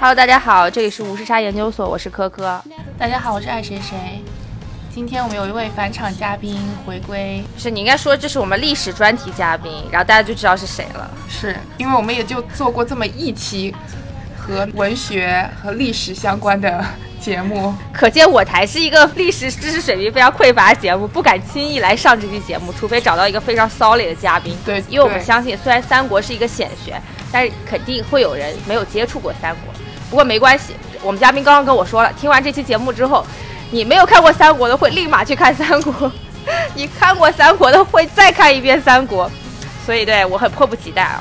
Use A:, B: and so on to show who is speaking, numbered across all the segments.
A: Hello，大家好，这里是无时差研究所，我是科科。
B: 大家好，我是爱谁谁。今天我们有一位返场嘉宾回归，
A: 就是你应该说这是我们历史专题嘉宾，然后大家就知道是谁了。
B: 是因为我们也就做过这么一期和文学和历史相关的节目。
A: 可见我台是一个历史知识水平非常匮乏的节目，不敢轻易来上这期节目，除非找到一个非常 solid 的嘉宾。
B: 对
A: 因为我们
B: 对
A: 相信，虽然三国是一个显学，但是肯定会有人没有接触过三国。不过没关系，我们嘉宾刚刚跟我说了，听完这期节目之后，你没有看过三国的会立马去看三国， 你看过三国的会再看一遍三国，所以对我很迫不及待啊。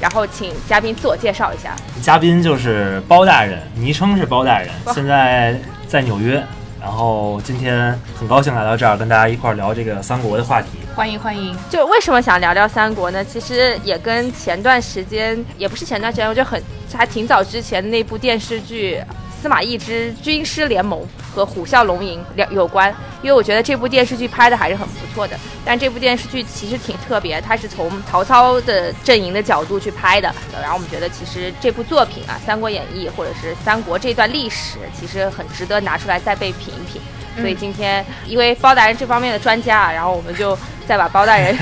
A: 然后请嘉宾自我介绍一下。
C: 嘉宾就是包大人，昵称是包大人，现在在纽约。然后今天很高兴来到这儿，跟大家一块儿聊这个三国的话题。
B: 欢迎欢迎，
A: 就为什么想聊聊三国呢？其实也跟前段时间，也不是前段时间，我就很还挺早之前那部电视剧《司马懿之军师联盟》和《虎啸龙吟》两有关，因为我觉得这部电视剧拍的还是很不错的。但这部电视剧其实挺特别，它是从曹操的阵营的角度去拍的。然后我们觉得，其实这部作品啊，《三国演义》或者是三国这段历史，其实很值得拿出来再被品一品。所以今天因为包大人这方面的专家啊，然后我们就再把包大 人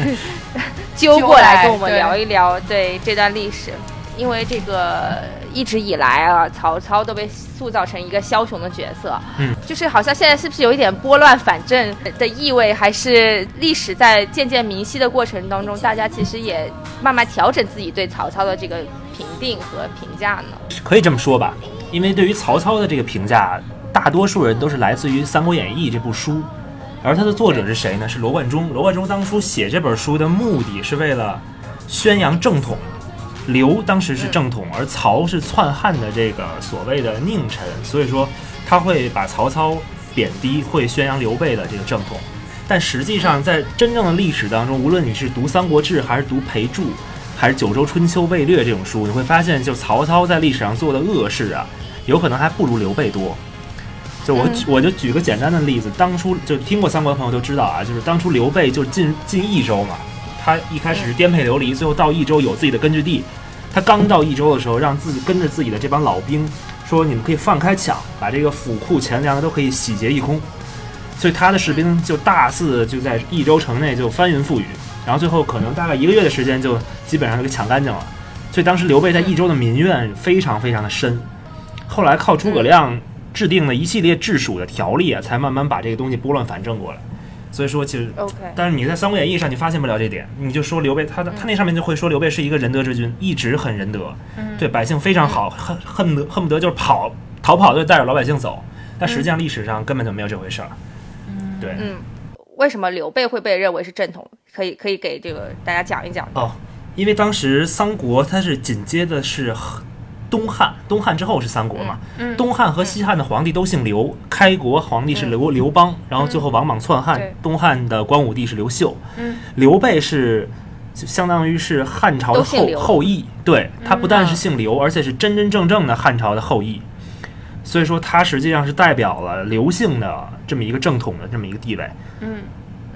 A: 揪过来跟我们聊一聊对这段历史，因为这个一直以来啊，曹操都被塑造成一个枭雄的角色，
C: 嗯，
A: 就是好像现在是不是有一点拨乱反正的意味，还是历史在渐渐明晰的过程当中，大家其实也慢慢调整自己对曹操的这个评定和评价呢？
C: 可以这么说吧，因为对于曹操的这个评价，大多数人都是来自于《三国演义》这部书，而它的作者是谁呢？是罗贯中。罗贯中当初写这本书的目的是为了宣扬正统。刘当时是正统，而曹是篡汉的这个所谓的佞臣，所以说他会把曹操贬低，会宣扬刘备的这个正统。但实际上，在真正的历史当中，无论你是读《三国志》还是读《裴注》，还是《九州春秋魏略》这种书，你会发现，就曹操在历史上做的恶事啊，有可能还不如刘备多。就我、
B: 嗯
C: 我就举个简单的例子，当初就听过三国的朋友都知道啊，就是当初刘备就是进进益州嘛，他一开始是颠沛流离，最后到益州有自己的根据地。他刚到益州的时候，让自己跟着自己的这帮老兵说：“你们可以放开抢，把这个府库钱粮都可以洗劫一空。”所以他的士兵就大肆就在益州城内就翻云覆雨，然后最后可能大概一个月的时间就基本上就给抢干净了。所以当时刘备在益州的民怨非常非常的深，后来靠诸葛亮制定了一系列治蜀的条例啊，才慢慢把这个东西拨乱反正过来。所以说，其实
A: OK
C: 但是你在《三国演义》上你发现不了这点，你就说刘备，他的他那上面就会说刘备是一个仁德之君，一直很仁德，对百姓非常好，恨恨不得恨不得就是跑逃跑，就带着老百姓走。但实际上历史上根本就没有这回事儿。对，
A: 嗯，为什么刘备会被认为是正统？可以可以给这个大家讲一讲。
C: 哦，因为当时三国它是紧接的是东汉，东汉之后是三国嘛。
B: 嗯
C: 东汉和西汉的皇帝都姓刘，开国皇帝是刘刘邦，然后最后王莽篡汉
A: 对，
C: 东汉的光武帝是刘秀。
B: 嗯
C: 刘备是就相当于是汉朝的
A: 都姓
C: 后
A: 刘
C: 后裔，对他不但是姓刘，而且是真真正正的汉朝的后裔。所以说，他实际上是代表了刘姓的这么一个正统的这么一个地位。
B: 嗯，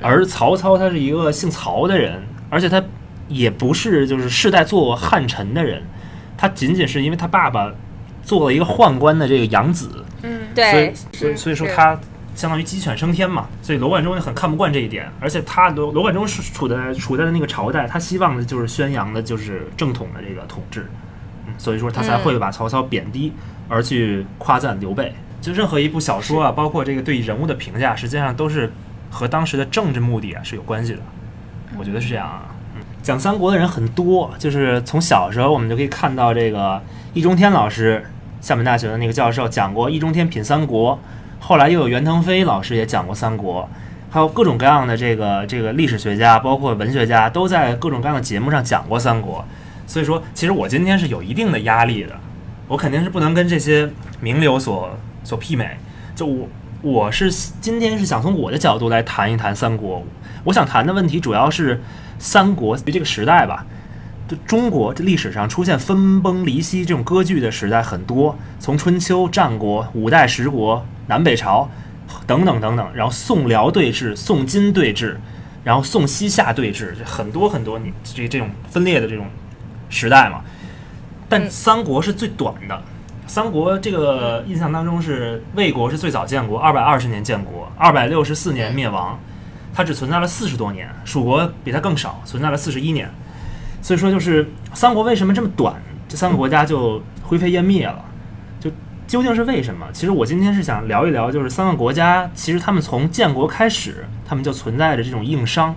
C: 而曹操他是一个姓曹的人，而且他也不是就是世代做汉臣的人，他仅仅是因为他爸爸做了一个宦官的这个养子，
B: 嗯
C: 啊所
A: 对
C: 以，所以所以说
A: 是
C: 他相当于鸡犬升天嘛，所以罗贯中就很看不惯这一点，而且他罗罗贯中是处在处在的那个朝代，他希望的就是宣扬的就是正统的这个统治，嗯，所以说他才
A: 嗯
C: 会把曹操贬低而去夸赞刘备。就任何一部小说啊，包括这个对人物的评价，实际上都是和当时的政治目的啊是有关系的，我觉得是这样啊。嗯，讲三国的人很多，就是从小时候我们就可以看到这个易中天老师，厦门大学的那个教授讲过易中天品三国，后来又有袁腾飞老师也讲过三国，还有各种各样的这个这个历史学家，包括文学家都在各种各样的节目上讲过三国，所以说其实我今天是有一定的压力的，我肯定是不能跟这些名流所所媲美，就我。我是今天是想从我的角度来谈一谈三国，我想谈的问题主要是三国这个时代吧，就中国这历史上出现分崩离析这种割据的时代很多，从春秋、战国、五代十国、南北朝等等等等，然后宋辽对峙、宋金对峙，然后宋西夏对峙，这很多很多你
A: 嗯
C: 这这种分裂的这种时代嘛。但三国是最短的，三国这个印象当中是魏国是最早建国，二百二十年建国，二百六十四年灭亡，它只存在了四十多年。蜀国比它更少，存在了四十一年。所以说，就是三国为什么这么短，这三个国家就灰飞烟灭了，就究竟是为什么？其实我今天是想聊一聊，就是三个国家其实他们从建国开始，他们就存在着这种硬伤。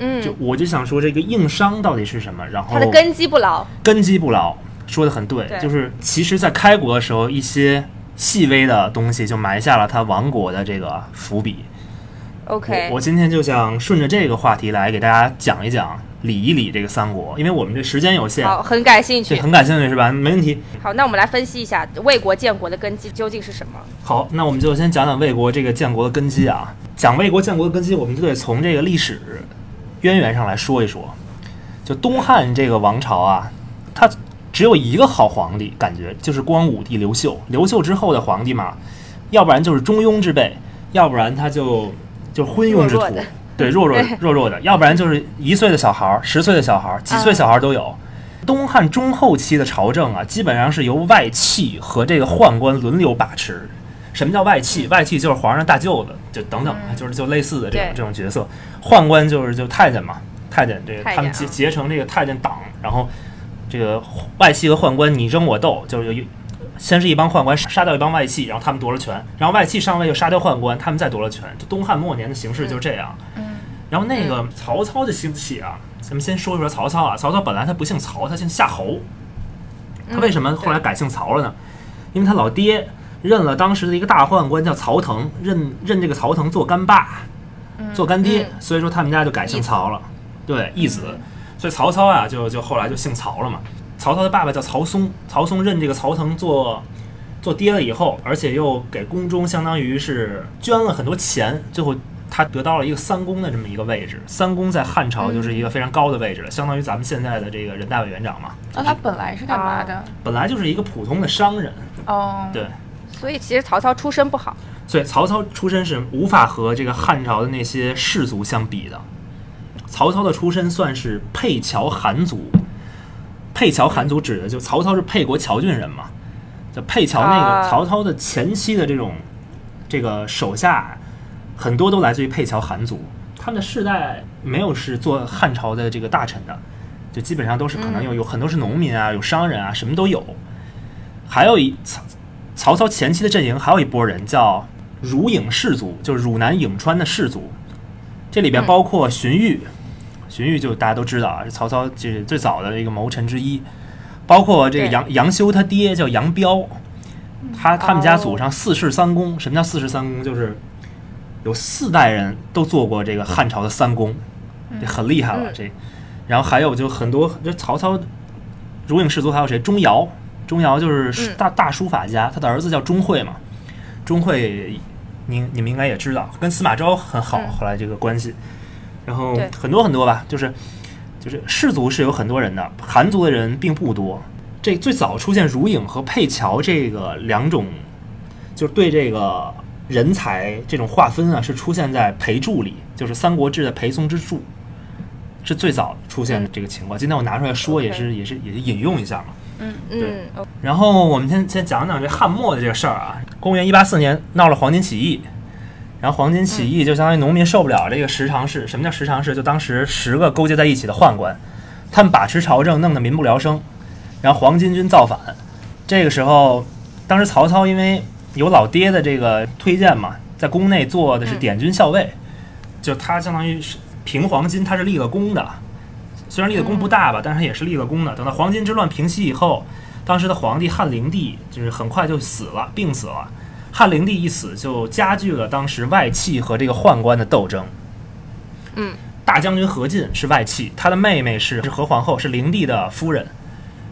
A: 嗯，
C: 就我就想说这个硬伤到底是什么，然后
A: 它的根基不牢。
C: 根基不牢，说的很对，
A: 对
C: 就是其实，在开国的时候，一些细微的东西就埋下了他亡国的这个伏笔。
A: OK，
C: 哦我我今天就想顺着这个话题来给大家讲一讲、理一理这个三国，因为我们这时间有限，
A: 好，很感兴
C: 这
A: 趣。
C: 很感兴趣是吧？没问题。
A: 好，那我们来分析一下魏国建国的根基究竟是什么？
C: 好，那我们就先讲讲魏国这个建国的根基啊。讲魏国建国的根基，我们就得从这个历史渊源上来说一说。就东汉这个王朝啊，它只有一个好皇帝，感觉就是光武帝刘秀。刘秀之后的皇帝嘛，要不然就是中庸之辈，要不然他就就昏庸之徒
A: 弱弱的，
C: 对，弱弱
A: 对
C: 弱弱的，要不然就是一岁的小孩儿、十岁的小孩儿、几岁小孩儿都有。东汉中后期的朝政啊，基本上是由外戚和这个宦官轮流把持。什么叫外戚？外戚就是皇上大舅子，就等等，就是就类似的这种
A: 嗯对
C: 这种角色。宦官就是就太监嘛，太监这个
A: 太监
C: 他们结
A: 啊
C: 结成这个太监党，然后这个外戚和宦官你争我斗，就是有先是一帮宦官杀掉一帮外戚，然后他们夺了权，然后外戚上位又杀掉宦官，他们再夺了权。就东汉末年的形势
A: 嗯
C: 就这样。然后那个曹操的兴起啊，咱们先说一说曹操啊。曹操本来他不姓曹，他姓夏侯。
A: 嗯
C: 他为什么后来改姓曹了呢？因为他老爹认了当时的一个大宦官叫曹腾，认认这个曹腾做干爸，做干爹，
A: 嗯
C: 所以说他们家就改姓曹了。对，义子。所以曹操啊，就就后来就姓曹了嘛。曹操的爸爸叫曹嵩，曹嵩认这个曹腾做做爹了以后，而且又给宫中相当于是捐了很多钱，最后他得到了一个三公的这么一个位置。三公在汉朝就是一个非常高的位置了，相当于咱们现在的这个人大委员长嘛。
B: 那哦他本来是干嘛的？
C: 本来就是一个普通的商人，
B: 哦，
C: 对，
A: 所以其实曹操出身不好，
C: 所以曹操出身是无法和这个汉朝的那些士族相比的。曹操的出身算是配侨韩族，配侨韩族指的就曹操是沛国侨郡人嘛，就配侨那个、
A: 啊
C: 曹操的前期的这种这个手下，很多都来自于配侨韩族，他们的世代没有是做汉朝的这个大臣的，就基本上都是可能有有很多是农民啊，有商人啊，什么都有。还有一曹曹操前期的阵营还有一波人叫汝颍氏族，就是汝南颍川的氏族，这里边包括荀彧，荀彧就大家都知道啊，是曹操这最早的一个谋臣之一，包括这个
A: 对
C: 杨杨修他爹叫杨彪，他他们家
A: 哦
C: 祖上四世三公，什么叫四世三公？就是有四代人都做过这个汉朝的三公，这很厉害了
A: 嗯
C: 这。然后还有就很多，就曹操如影氏族还有谁？钟繇，钟繇就是书
A: 嗯
C: 大大书法家，他的儿子叫钟会嘛。钟会，您你们应该也知道，跟司马昭很好，
A: 嗯
C: 后来这个关系。然后
A: 对
C: 很多很多吧，就是就是氏族是有很多人的，韩族的人并不多。这最早出现如影和佩乔这个两种，就是对这个人才这种划分啊，是出现在裴注里，就是《三国志》的裴松之注，是最早出现的这个情况。今天我拿出来说，也是也是也是引用一下嘛。对
A: 嗯，哦
C: 然后我们先先讲讲这汉末的这个事儿啊。公元一八四年闹了黄巾起义，然后黄巾起义就相当于农民受不了这个十常侍。什么叫十常侍？就当时十个勾结在一起的宦官，他们把持朝政，弄得民不聊生。然后黄巾军造反，这个时候，当时曹操因为有老爹的这个推荐嘛，在宫内做的是点军校尉，就他相当于是平黄巾，他是立了功的。虽然立的功不大吧，但是他也是立了功的。等到黄巾之乱平息以后，当时的皇帝汉灵帝就是很快就死了，病死了。汉灵帝一死，就加剧了当时外戚和这个宦官的斗争。
A: 嗯，
C: 大将军何进是外戚，他的妹妹是是何皇后，是灵帝的夫人。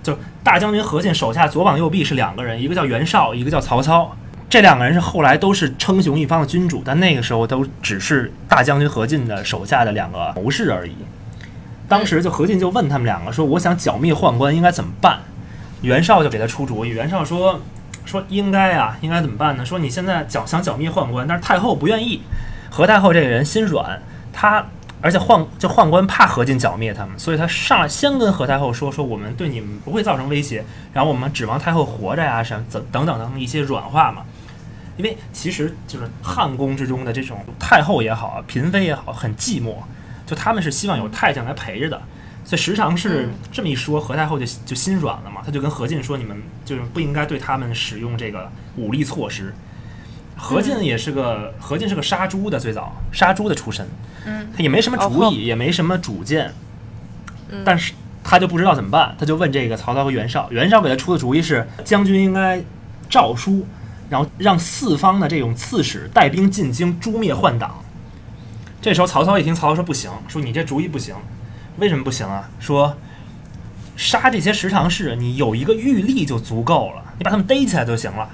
C: 就是大将军何进手下左膀右臂是两个人，一个叫袁绍，一个叫曹操。这两个人是后来都是称雄一方的君主，但那个时候都只是大将军何进的手下的两个谋士而已。当时就何进就问他们两个说：“我想剿灭宦官，应该怎么办？”袁绍就给他出主意。袁绍说：“说应该啊，应该怎么办呢？说你现在剿想剿灭宦官，但是太后不愿意。何太后这个人心软，她而且宦就宦官怕何进剿灭他们，所以他上来先跟何太后说说我们对你们不会造成威胁，然后我们指望太后活着呀、什么怎等等他们一些软化嘛。因为其实就是汉宫之中的这种太后也好，嫔妃也好，很寂寞，就他们是希望有太监来陪着的，所以时常
A: 嗯
C: 是这么一说，何太后就就心软了嘛，她就跟何进说，你们就是不应该对他们使用这个武力措施。何进也是个
A: 嗯
C: 何进是个杀猪的，最早杀猪的出身，
B: 嗯，
C: 他也没什么主
A: 哦
C: 意，也没什么主见，
A: 嗯
C: 但是他就不知道怎么办，他就问这个曹操和袁绍，袁绍给他出的主意是将军应该诏书，然后让四方的这种刺史带兵进京诛灭宦党。这时候曹操一听，曹操说不行，说你这主意不行，为什么不行啊？说杀这些十常侍，你有一个狱吏就足够了，你把他们逮起来就行了。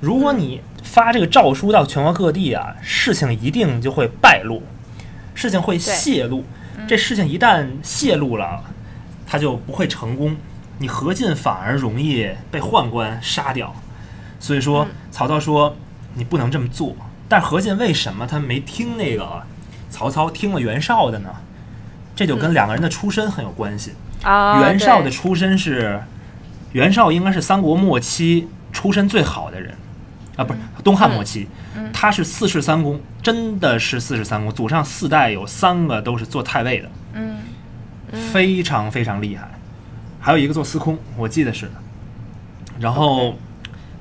C: 如果你发这个诏书到全国各地啊，事情一定就会败露，事情会泄露。这事情一旦泄露了，他就不会成功。你何进反而容易被宦官杀掉。所以说
A: 嗯，
C: 曹操说你不能这么做。但何进为什么他没听那个曹操听了袁绍的呢？这就跟两个人的出身很有关系。
A: 啊，
C: 袁绍的
A: 对
C: 出身是，袁绍应该是三国末期出身最好的人，啊，不是东汉末期，
B: 嗯
C: 他是四世三公，真的是四世三公，祖上四代有三个都是做太尉的，
B: 嗯，
C: 非常非常厉害，还有一个做司空，我记得是，然后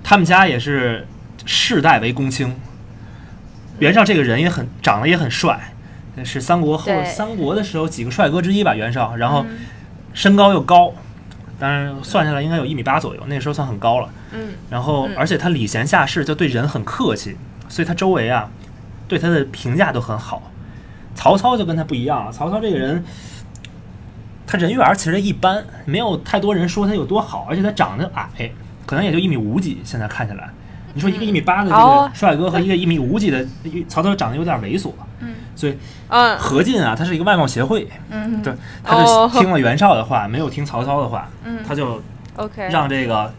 C: 他们家也是世代为公卿，袁绍这个人也很长得也很帅，是三国后
A: 对嗯
C: 三国的时候几个帅哥之一吧，袁绍，然后身高又高，当然算下来应该有一米八左右，那个时候算很高了。
A: 嗯，
C: 然后
A: 嗯
C: 而且他礼贤下士，就对人很客气，所以他周围啊对他的评价都很好。曹操就跟他不一样，曹操这个人，他人缘儿其实一般，没有太多人说他有多好，而且他长得矮，可能也就一米五几，现在看起来。你说一个一米八的这个
A: 哦
C: 帅哥和一个一米五几的曹操长得有点猥琐，
B: 嗯，
C: 所以
A: 嗯，
C: 何进啊，他是一个外貌协会，
B: 嗯，
C: 对，他就
A: 哦
C: 听了袁绍的话，没有听曹操的话，
B: 嗯
C: 他就
A: OK，
C: 让这个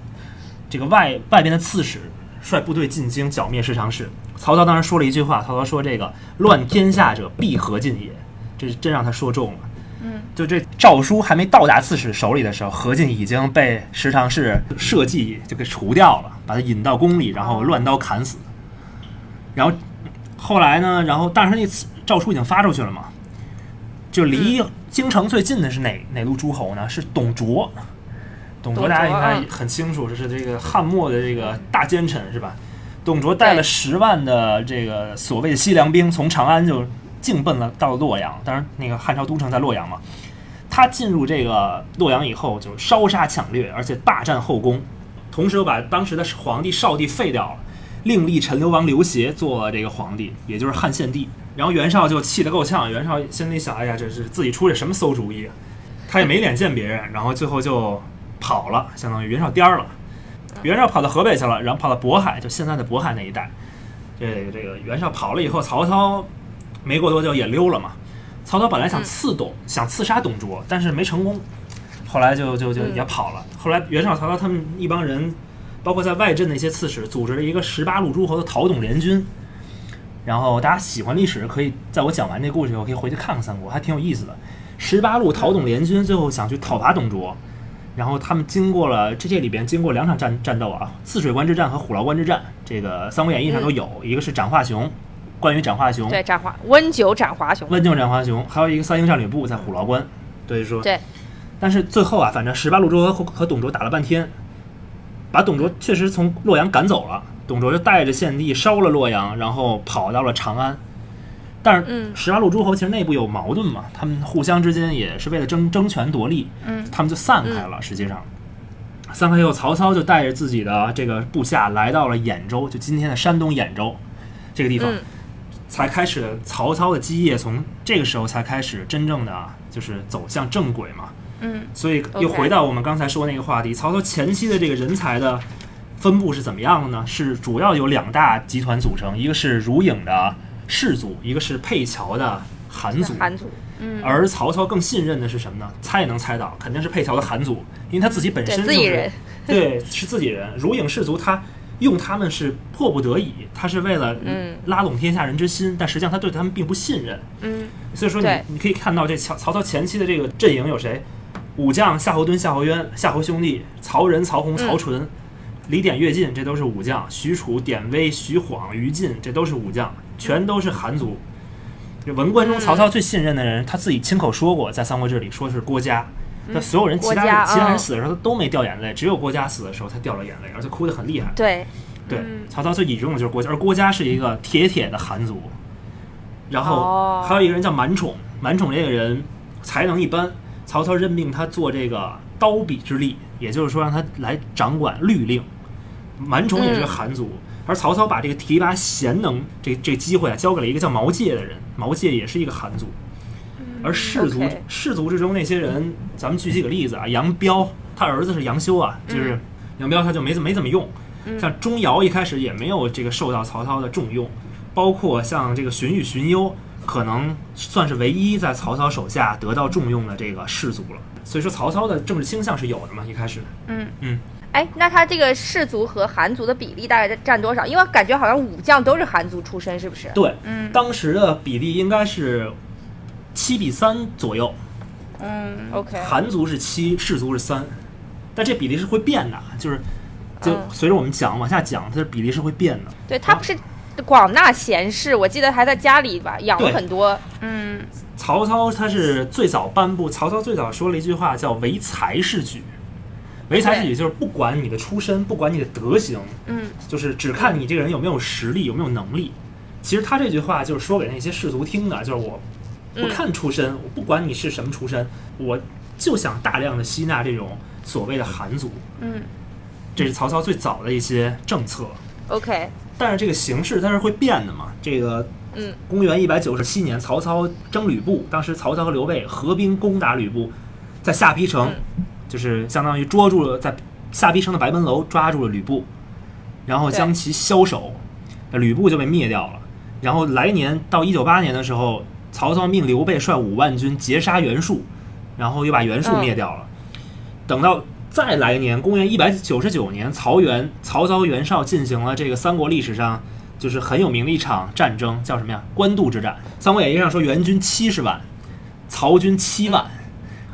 C: 这个外外边的刺史率部队进京剿灭十常侍。曹操当时说了一句话，曹操说：“这个乱天下者，必何进也。”这是真让他说中了。
B: 嗯，
C: 就这诏书还没到达刺史手里的时候，何进已经被十常侍设计就给除掉了，把他引到宫里，然后乱刀砍死。然后后来呢，然后但是他那次诏书已经发出去了嘛，就离京城最近的是哪哪路诸侯呢？是董卓。董
A: 董
C: 卓啊
A: 卓
C: 大家应
A: 嗯
C: 该很清楚，这是这个汉末的这个大奸臣是吧？董卓带了
A: 对
C: 十万的这个所谓的西凉兵，从长安就径奔了到洛阳。当然，那个汉朝都城在洛阳嘛。他进入这个洛阳以后，就烧杀抢掠，而且霸占后宫，同时又把当时的皇帝少帝废掉了，另立陈留王刘协做这个皇帝，也就是汉献帝。然后袁绍就气得够呛，袁绍心里想：哎呀，这是自己出的什么馊主意啊？他也没脸见别人，然后最后就跑了，相当于袁绍颠儿了。袁绍跑到河北去了，然后跑到渤海，就现在的渤海那一带。这个这个袁绍跑了以后，曹操没过多久也溜了嘛。曹操
A: 嗯
C: 本来想刺董，想刺杀董卓，但是没成功，后来就就就
A: 嗯
C: 也跑了。后来袁绍、曹操他们一帮人，包括在外镇的一些刺史，组织了一个十八路诸侯的讨董联军。然后大家喜欢历史，可以在我讲完这故事以后，可以回去看看三国，还挺有意思的。十八路讨董联军最后想去讨伐董卓，然后他们经过了这这里边经过两场战战斗啊，汜水关之战和虎牢关之战，这个《三国演义》上都有，一个是斩华雄，关羽斩华雄，
A: 嗯对斩华温酒斩华雄，
C: 温酒斩华雄，还有一个三英战吕布在虎牢关，所以说
A: 对，
C: 但是最后啊，反正十八路诸侯和和董卓打了半天，把董卓确实从洛阳赶走了。董卓就带着献帝烧了洛阳，然后跑到了长安。但是
A: 嗯
C: 十八路诸侯其实内部有矛盾嘛，他们互相之间也是为了争争权夺利，
B: 嗯，
C: 他们就散开了。实际上，散开以后，曹操就带着自己的这个部下来到了兖州，就今天的山东兖州这个地方。
A: 嗯
C: 才开始曹操的基业从这个时候才开始真正的啊，就是走向正轨嘛。
B: 嗯，
C: 所以又回到我们刚才说那个话题，曹操前期的这个人才的分布是怎么样的呢？是主要有两大集团组成，一个是如影的士族，一个是沛桥的韩族。
A: 韩族，
C: 而曹操更信任的是什么呢？猜也能猜到，肯定是沛桥的韩族，因为他自己本
A: 对
C: 身
A: 自
C: 就
A: 己
C: 是
A: 人，
C: 对，是自己人。如影氏族他用他们是迫不得已，他是为了
A: 嗯
C: 拉拢天下人之心，但实际上他对他们并不信任。
A: 嗯，
C: 所以说你
A: 对
C: 你可以看到这曹曹操前期的这个阵营有谁？武将夏侯惇、夏侯渊、夏侯兄弟、曹仁、曹
A: 嗯
C: 洪、曹纯、李典、乐进，这都是武将；许褚、典韦、徐晃、于禁，这都是武将，全都是韩族。这文官中，
A: 嗯
C: 曹操最信任的人，他自己亲口说过，在《三国志》里说是郭嘉。那所有人，
A: 嗯
C: 其
A: 郭
C: 他
A: 嘉
C: 人其他
A: 嗯
C: 人死的时候，他都没掉眼泪，只有郭嘉死的时候，他掉了眼泪，而且哭得很厉害。
A: 对，
C: 对
B: 嗯，
C: 曹操最倚重的就是郭嘉，而郭嘉是一个铁铁的韩族。然后
A: 哦
C: 还有一个人叫满宠，满宠这个人才能一般，曹操任命他做这个刀笔之吏，也就是说让他来掌管律令。满宠也是
A: 嗯
C: 个韩族，而曹操把这个提拔贤能这这机会啊交给了一个叫毛玠的人，毛玠也是一个韩族。而氏族
A: OK
C: 氏族之中那些人，咱们举几个例子啊，杨彪他儿子是杨修啊，就是、杨彪他就没怎没怎么用，像钟繇一开始也没有这个受到曹操的重用，包括像这个荀彧、荀攸，可能算是唯一在曹操手下得到重用的这个士族了。所以说曹操的政治倾向是有的嘛，一开始，
B: 嗯
C: 嗯，
A: 哎，那他这个氏族和韩族的比例大概占多少？因为我感觉好像武将都是韩族出身，是不是？
C: 对，
B: 嗯
C: 当时的比例应该是七比三左右，
B: 嗯
A: OK，
C: 韩族是七，氏族是三，但这比例是会变的，啊就是就
A: 嗯
C: 随着我们讲往下讲，它的比例是会变的。
A: 对他不是广纳贤士，我记得还在家里吧养了
C: 对
A: 很多。
B: 嗯
C: 曹操他是最早颁布，曹操最早说了一句话叫“唯才是举”，唯才是举就是不管你的出身，不管你的德行，
B: 嗯
C: 就是只看你这个人有没有实力，有没有能力。其实他这句话就是说给那些士族听的，就是我不
A: 嗯
C: 看出身，我不管你是什么出身，我就想大量的吸纳这种所谓的韩族。
B: 嗯
C: 这是曹操最早的一些政策。
A: OK，
C: 但是这个形势它是会变的嘛。这个
A: 嗯，
C: 公元一百九十七年，曹操征吕布，当时曹操和刘备合兵攻打吕布，在下邳城，就是相当于捉住了在下邳城的白门楼抓住了吕布，然后
A: 对
C: 将其枭首，那吕布就被灭掉了。然后来年到一九八年的时候，曹操命刘备率五万军截杀袁术，然后又把袁术灭掉了。等到再来年，公元一百九十九年，曹原曹操袁绍进行了这个三国历史上就是很有名的一场战争，叫什么呀？官渡之战。《三国演义》上说袁军七十万，曹军七万，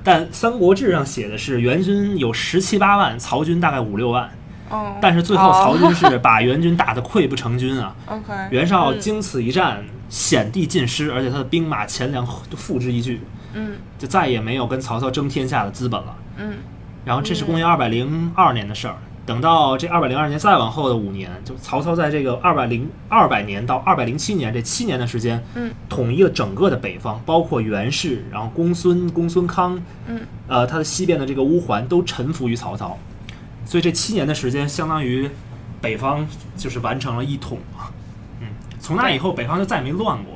C: 但《三国志》上写的是袁军有十七八万，曹军大概五六万。
B: 哦
C: 但是最后
A: 哦
C: 曹军是把袁军打得溃不成军啊！
B: OK
C: 袁绍
A: 嗯
C: 经此一战险地尽失，而且他的兵马钱粮付之一炬，
B: 嗯
C: 就再也没有跟曹操争天下的资本了。
B: 嗯
C: 然后这是公元二百零二年的事儿。等到这二百零二年再往后的五年，就曹操在这个二百零二百年到二百零七年这七年的时间，
B: 嗯，
C: 统一了整个的北方，包括袁氏，然后公孙、公孙康，
B: 嗯，
C: 呃，他的西边的这个乌桓都臣服于曹操，所以这七年的时间，相当于北方就是完成了一统嘛，嗯，从那以后北方就再也没乱过，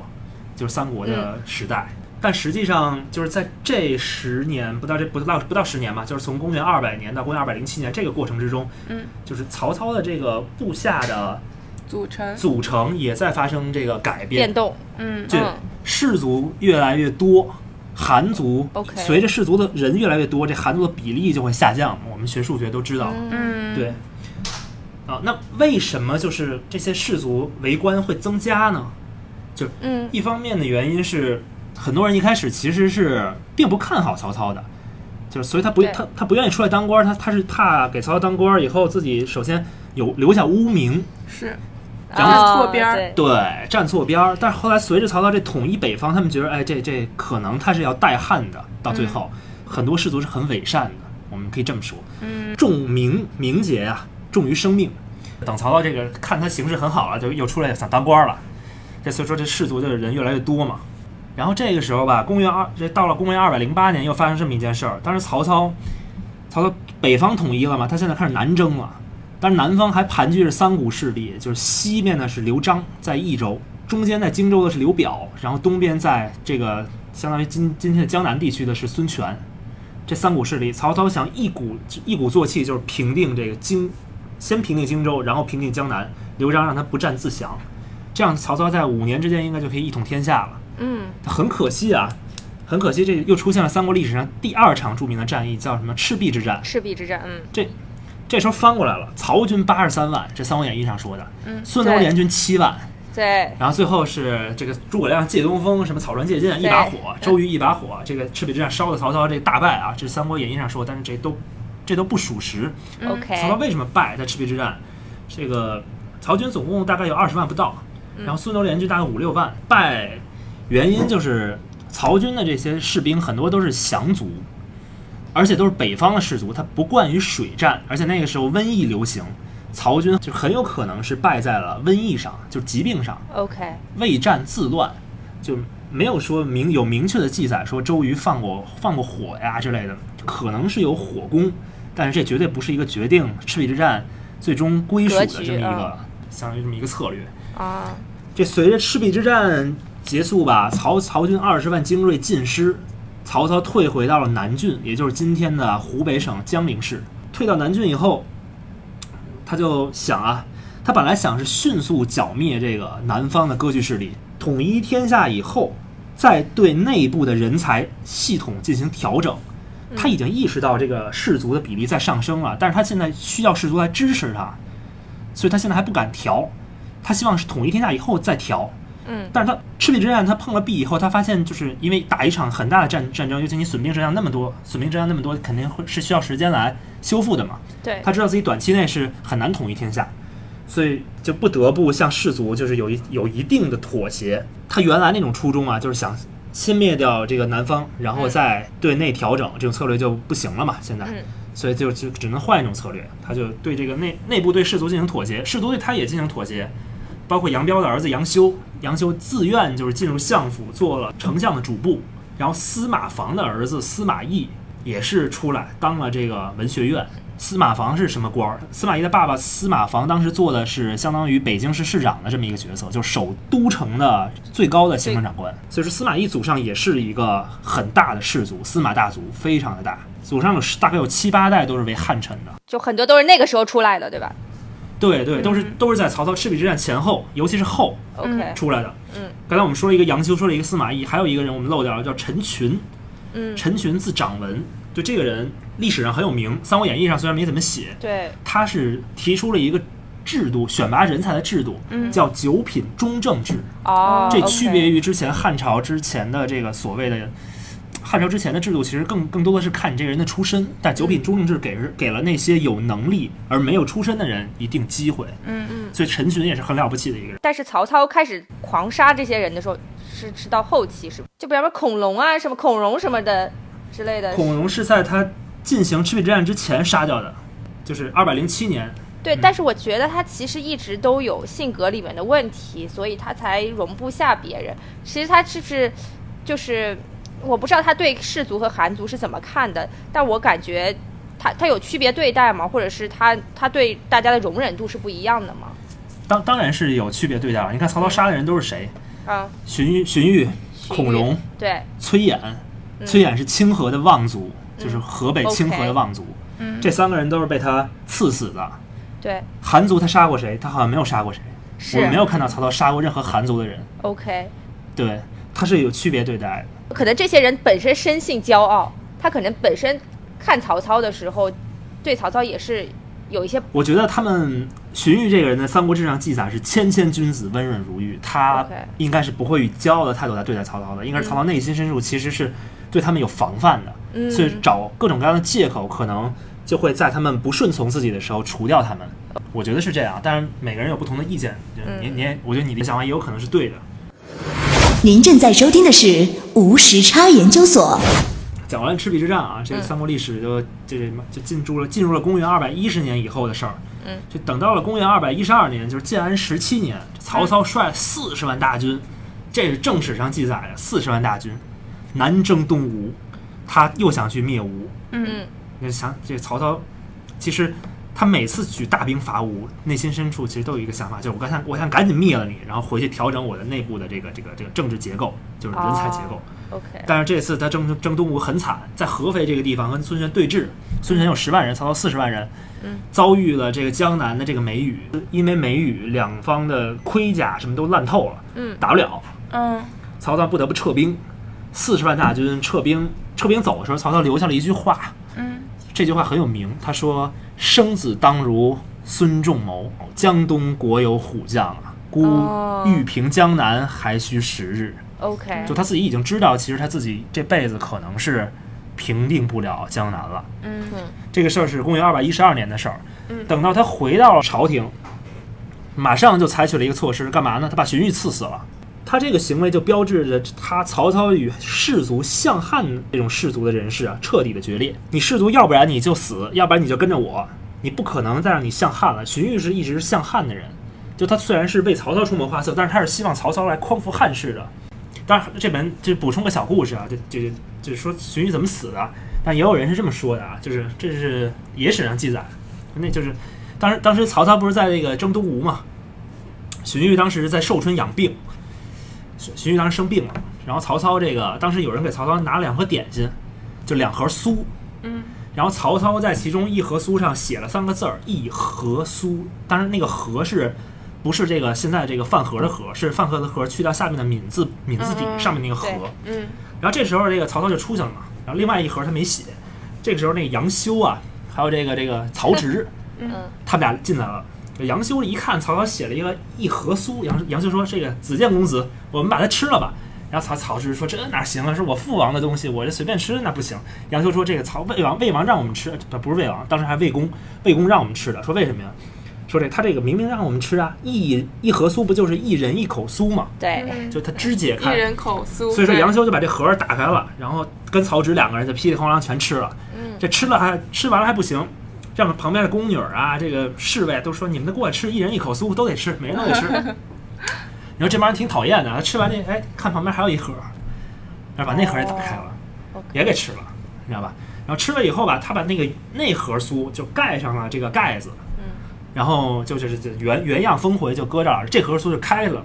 C: 就是三国
A: 嗯
C: 的时代。但实际上，就是在这十年不到这不到不到十年吧，就是从公元二百年到公元二百零七年这个过程之中，
B: 嗯，
C: 就是曹操的这个部下的
B: 组成
C: 组成也在发生这个改
A: 嗯
C: 变
A: 变，动。
B: 嗯
C: 就
A: 嗯
C: 氏族越来越多，韩族
A: OK
C: 随着氏族的人越来越多，这韩族的比例就会下降。我们学数学都知道，
A: 嗯，
B: 嗯
C: 对。啊，那为什么就是这些氏族为官会增加呢？
A: 嗯
C: 一方面的原因是，很多人一开始其实是并不看好曹操的，就是所以他不
A: 对
C: 他他不愿意出来当官，他他是怕给曹操当官以后自己首先有留下污名，
B: 是
A: 然
C: 然后
B: 后错边儿
A: 啊对，
C: 对站错边儿。但是后来随着曹操这统一北方，他们觉得哎这这可能他是要带汉的，到最后、很多氏族是很伪善的，我们可以这么说。
B: 嗯
C: 重名名节啊，重于生命。等曹操这个看他形势很好了，就又出来想当官了。这所以说这氏族就是人越来越多嘛。然后这个时候吧，公元二这到了公元二百零八年，又发生这么一件事儿。当时曹操，曹操北方统一了嘛，他现在开始南征了。但是南方还盘踞着三股势力，就是西面呢是刘璋在益州，中间在荆州的是刘表，然后东边在这个相当于今今天的江南地区的是孙权。这三股势力，曹操想一鼓一鼓作气，就是平定这个荆，先平定荆州，然后平定江南。刘璋让他不战自降，这样曹操在五年之间应该就可以一统天下了。
A: 嗯
C: 很可惜啊，很可惜，这又出现了三国历史上第二场著名的战役，叫什么赤壁之战。
A: 赤壁之战，嗯
C: 这这时候翻过来了，曹军八十三万，这《三国演义》上说的，
B: 嗯
C: 孙刘
A: 对
C: 联军七万，
A: 对
C: 然后最后是这个诸葛亮借东风，什么草船借箭一把火，周瑜一把火，这个赤壁之战烧了曹操这个大败啊，这是《三国演义》上说，但是这都这都不属实。
B: 嗯
C: 曹操
A: ，OK，
C: 为什么败在赤壁之战？这个曹军总共大概有二十万不到，然后孙刘联军大概五六万，败原因就是曹军的这些士兵很多都是降卒，而且都是北方的士族，他不惯于水战，而且那个时候瘟疫流行，曹军就很有可能是败在了瘟疫上，就是疾病上。
A: OK，
C: 畏战自乱，就没有说明有明确的记载说周瑜放过放过火呀之类的，可能是有火攻，但是这绝对不是一个决定赤壁之战最终归属的
A: 格
C: 这
A: 局
C: 么一个
A: 啊
C: 相当于这么一个策略。
A: 啊，
C: 这随着赤壁之战结束吧，曹曹军二十万精锐尽失，曹操退回到了南郡，也就是今天的湖北省江陵市。退到南郡以后，他就想啊，他本来想是迅速剿灭这个南方的割据势力，统一天下以后，再对内部的人才系统进行调整。他已经意识到这个士族的比例在上升了，但是他现在需要士族来支持他，所以他现在还不敢调，他希望是统一天下以后再调。
A: 嗯
C: 但是他赤壁之战他碰了壁以后，他发现就是因为打一场很大的战战争，尤其你损兵折将那么多，损兵折将那么多，肯定会是需要时间来修复的嘛。
A: 对
C: 他知道自己短期内是很难统一天下，所以就不得不向士族就是有一有一定的妥协。他原来那种初衷啊，就是想先灭掉这个南方，然后再对内调整，这种策略就不行了嘛。现在，
A: 嗯
C: 所以就就只能换一种策略，他就对这个内内部对士族进行妥协，士族对他也进行妥协，包括杨彪的儿子杨修，杨修自愿就是进入相府做了丞相的主簿，然后司马防的儿子司马懿也是出来当了这个文学院。司马防是什么官儿？司马懿的爸爸司马防当时做的是相当于北京市市长的这么一个角色，就是首都城的最高的行政长官。所以说司马懿祖上也是一个很大的氏族，司马大族非常的大，祖上有十大概有七八代都是为汉臣的。
A: 就很多都是那个时候出来的，对吧
C: 对对，都是
A: 嗯
C: 都是在曹操赤壁之战前后，尤其是后
A: ？OK，
C: 出来的。
A: 嗯，
C: 刚才我们说了一个杨修，说了一个司马懿，还有一个人我们漏掉了，叫陈群。
A: 嗯，
C: 陈群字长文，就这个人历史上很有名，《三国演义》上虽然没怎么写，
A: 对，
C: 他是提出了一个制度，选拔人才的制度，
A: 嗯
C: 叫九品中正制。
A: 哦，
C: 嗯这区别
A: OK
C: 于之前汉朝之前的这个所谓的汉朝之前的制度，其实更更多的是看你这个人的出身。但九品中正制给人给了那些有能力而没有出身的人一定机会，
B: 嗯嗯，
C: 所以陈群也是很了不起的一个人。
A: 但是曹操开始狂杀这些人的时候，是是到后期是吧？就比方说孔融啊，什么孔融什么的之类的。
C: 孔融是在他进行赤壁之战之前杀掉的，就是二百零七年。
A: 对，但是我觉得他其实一直都有性格里面的问题，所以他才容不下别人。其实他是不是就是我不知道他对士族和韩族是怎么看的，但我感觉他他有区别对待吗？或者是他他对大家的容忍度是不一样的吗？
C: 当当然是有区别对待了。你看曹操杀的人都是谁？
A: 啊，
C: 荀彧、荀彧、孔融、
A: 对，
C: 崔琰，
A: 嗯
C: 崔琰是清河的望族，就是河北
A: OK
C: 清河的望族。
B: 嗯
C: 这三个人都是被他赐死的。
A: 对，
C: 韩族他杀过谁？他好像没有杀过谁。
A: 是
C: 我没有看到曹操杀过任何韩族的人。
A: OK。
C: 对，他是有区别对待的。
A: 可能这些人本身生性骄傲，他可能本身看曹操的时候，对曹操也是有一些
C: 我觉得他们荀彧这个人的《三国志》上记载是“谦谦君子，温润如玉”，他
A: OK
C: 应该是不会以骄傲的态度来对待曹操的，应该是曹操内心深处其实是对他们有防范的，
A: 嗯
C: 所以找各种各样的借口，可能就会在他们不顺从自己的时候除掉他们。我觉得是这样，当然每个人有不同的意见，
A: 嗯
C: 你你也，我觉得你的想法也有可能是对的。
D: 您正在收听的是无时差研究所。
C: 讲完赤壁之战啊，
A: 嗯
C: 这个三国历史就这什么就进入了进入了公元二百一十年以后的事儿。
A: 嗯，
C: 就等到了公元二百一十二年，就是建安十七年，曹操率四十万大军，这是正史上记载的四十万大军，南征东吴，他又想去灭吴。
A: 嗯
C: 那想这曹操，其实他每次举大兵伐吴，内心深处其实都有一个想法，就是我刚想我想赶紧灭了你，然后回去调整我的内部的这个这个这个政治结构，就是人才结构。
A: 哦 OK
C: 但是这次他征征东吴很惨，在合肥这个地方跟孙权对峙，孙权有十万人，曹操四十万人，
A: 嗯，
C: 遭遇了这个江南的这个梅雨，因为梅雨两方的盔甲什么都烂透了，
A: 嗯
C: 打不了，
B: 嗯
C: 曹操不得不撤兵，四十万大军撤兵，撤兵走的时候，曹操留下了一句话，
B: 嗯
C: 这句话很有名，他说：“生子当如孙仲谋，江东国有虎将啊，孤
A: 哦嗯
C: 欲平江南，还需时日。
A: OK，
C: 就他自己已经知道，其实他自己这辈子可能是平定不了江南了。
B: 嗯
C: 这个事儿是公元二百一十二年的事儿。
B: 嗯
C: 等到他回到朝廷，马上就采取了一个措施，干嘛呢？他把荀彧赐死了。他这个行为就标志着他曹操与士族像汉这种士族的人士啊，彻底的决裂。你士族，要不然你就死，要不然你就跟着我，你不可能再让你像汉了。荀彧是一直是像汉的人，就他虽然是为曹操出谋划策，但是他是希望曹操来匡扶汉室的。当然，这本就补充个小故事啊，就就就就是说荀彧怎么死的，啊但也有人是这么说的啊，就是这是野史上记载，那就是当时当时曹操不是在那个征东吴嘛，荀彧当时在寿春养病，荀荀彧当时生病了，然后曹操这个当时有人给曹操拿了两盒点心，就两盒酥，
B: 嗯
C: 然后曹操在其中一盒酥上写了三个字儿“一盒酥”，当然那个“盒”是不是这个现在这个饭盒的“盒”，是饭盒的“盒”去掉下面的闽字闽字底
B: 嗯
C: 上面那个“盒”
A: 对
B: 嗯
C: 然后这时候这个曹操就出去了嘛，然后另外一盒他没写。这个时候那个杨修啊，还有这个这个 曹植，
A: 嗯
C: 他们俩进来了。这杨修一看曹操写了一个一盒酥，杨杨修说：“这个子建公子，我们把它吃了吧。”然后曹曹植说：“这哪行啊？是我父王的东西，我这随便吃那不行。”杨修说：“这个曹魏王，魏王让我们吃，呃不是魏王，当时还魏公，魏公让我们吃的。说为什么呀？说这他这个明明让我们吃啊，一一盒酥不就是一人一口酥嘛？
A: 对，
B: 嗯，
C: 就他肢解
B: 一
C: 开，
B: 人口酥，
C: 所以说
B: 对
C: 杨修就把这盒儿打开了，然后跟曹植两个人就噼里哐啷全吃了。
A: 嗯
C: 这吃了还吃完了还不行，让旁边的宫女儿啊、这个侍卫都说你们都过来吃，一人一口酥都得吃，每人都得吃。 你说这帮人挺讨厌的，他吃完这哎看旁边还有一盒儿，然后把那盒儿也打开了，
A: 哦，OK
C: 也给吃了，你知道吧？然后吃了以后吧，他把那个内盒酥就盖上了这个盖子，
A: 嗯
C: 然后就就是就原原样封回就搁这儿，这盒酥就开了，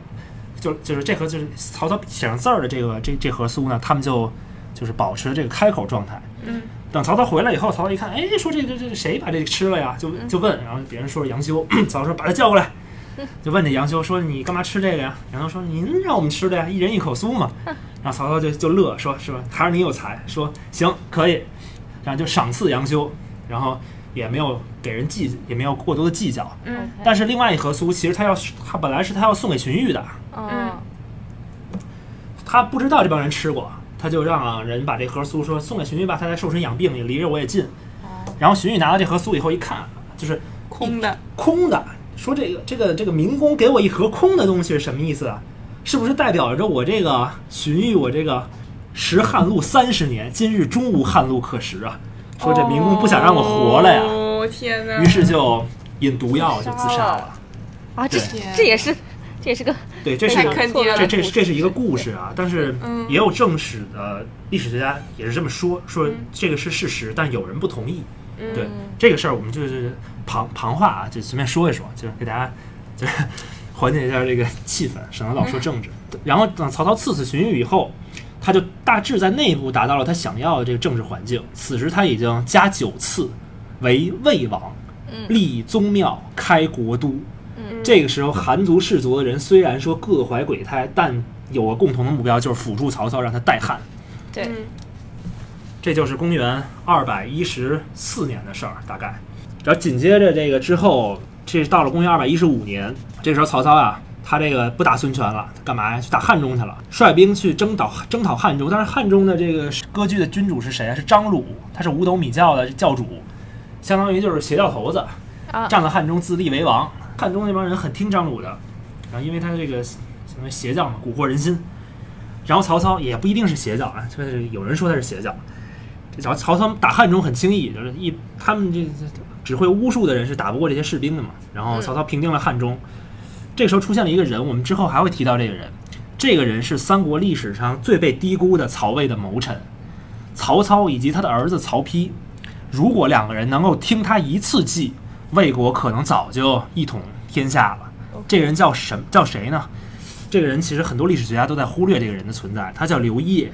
C: 就就是这盒就是曹操写上字儿的这个这这盒酥呢，他们就就是保持这个开口状态。
B: 嗯，
C: 等曹操回来以后，曹操一看，哎，说这这这谁把这个吃了呀？就就问，然后别人说是杨修， 曹操说把他叫过来，就问这杨修说你干嘛吃这个呀？杨修说您让我们吃的呀，一人一口酥嘛。然后曹操就就乐说是吧，还是你有才，说行可以，然后就赏赐杨修，然后也没有给人计，也没有过多的计较。
B: 嗯
C: 但是另外一盒酥，其实他要他本来是他要送给荀彧的，
A: 嗯
C: 他不知道这帮人吃过，他就让人把这盒酥说送给荀彧吧，他在寿春养病，你离着我也近。然后荀彧拿到这盒酥以后一看，就是
B: 空的，
C: 空的，说这个这个这个民工给我一盒空的东西是什么意思啊？是不是代表着我这个荀彧我这个食汉路三十年，今日终无汉路可食啊？说这民工不想让我活了呀，
B: 哦天哪！
C: 于是就饮毒药就自杀了。
A: 啊，这
C: 对
A: 这也是这也是个
C: 对，这
A: 哦
C: 是
B: 太
C: 一个
B: 坑爹了
C: 这这是这是一个故事啊，但是
B: 嗯
C: 也有正史的历史学家也是这么说，说这个是事实，但有人不同意。对这个事儿，我们就是旁旁话啊，就随便说一说，就是给大家就是 缓解一下这个气氛，省得老说政治。然后等曹操刺死荀彧以后，他就大致在内部达到了他想要的这个政治环境。此时他已经加九次为魏王，立宗庙，开国都。这个时候，韩族、士族的人虽然说各怀鬼胎，但有个共同的目标，就是辅助曹操，让他代汉。
A: 对
B: 嗯
C: 这就是公元二百一十四年的事儿，大概。然后紧接着这个之后，这是到了公元二百一十五年，这时候曹操啊，他这个不打孙权了，他干嘛呀？去打汉中去了，率兵去征讨征讨汉中。但是汉中的这个割据的君主是谁啊？是张鲁，他是五斗米教的教主，相当于就是邪教头子，
A: 啊
C: 占了汉中，自立为王。汉中那帮人很听张鲁的，然后因为他这个相当于邪教嘛，蛊惑人心。然后曹操也不一定是邪教啊，就是有人说他是邪教。这曹曹操打汉中很轻易，就是一他们这这只会巫术的人是打不过这些士兵的嘛。然后曹操平定了汉中，这个时候出现了一个人，我们之后还会提到这个人。这个人是三国历史上最被低估的曹魏的谋臣，曹操以及他的儿子曹丕。如果两个人能够听他一次计，魏国可能早就一统天下了。这个人叫什叫谁呢？这个人其实很多历史学家都在忽略这个人的存在，他叫刘烨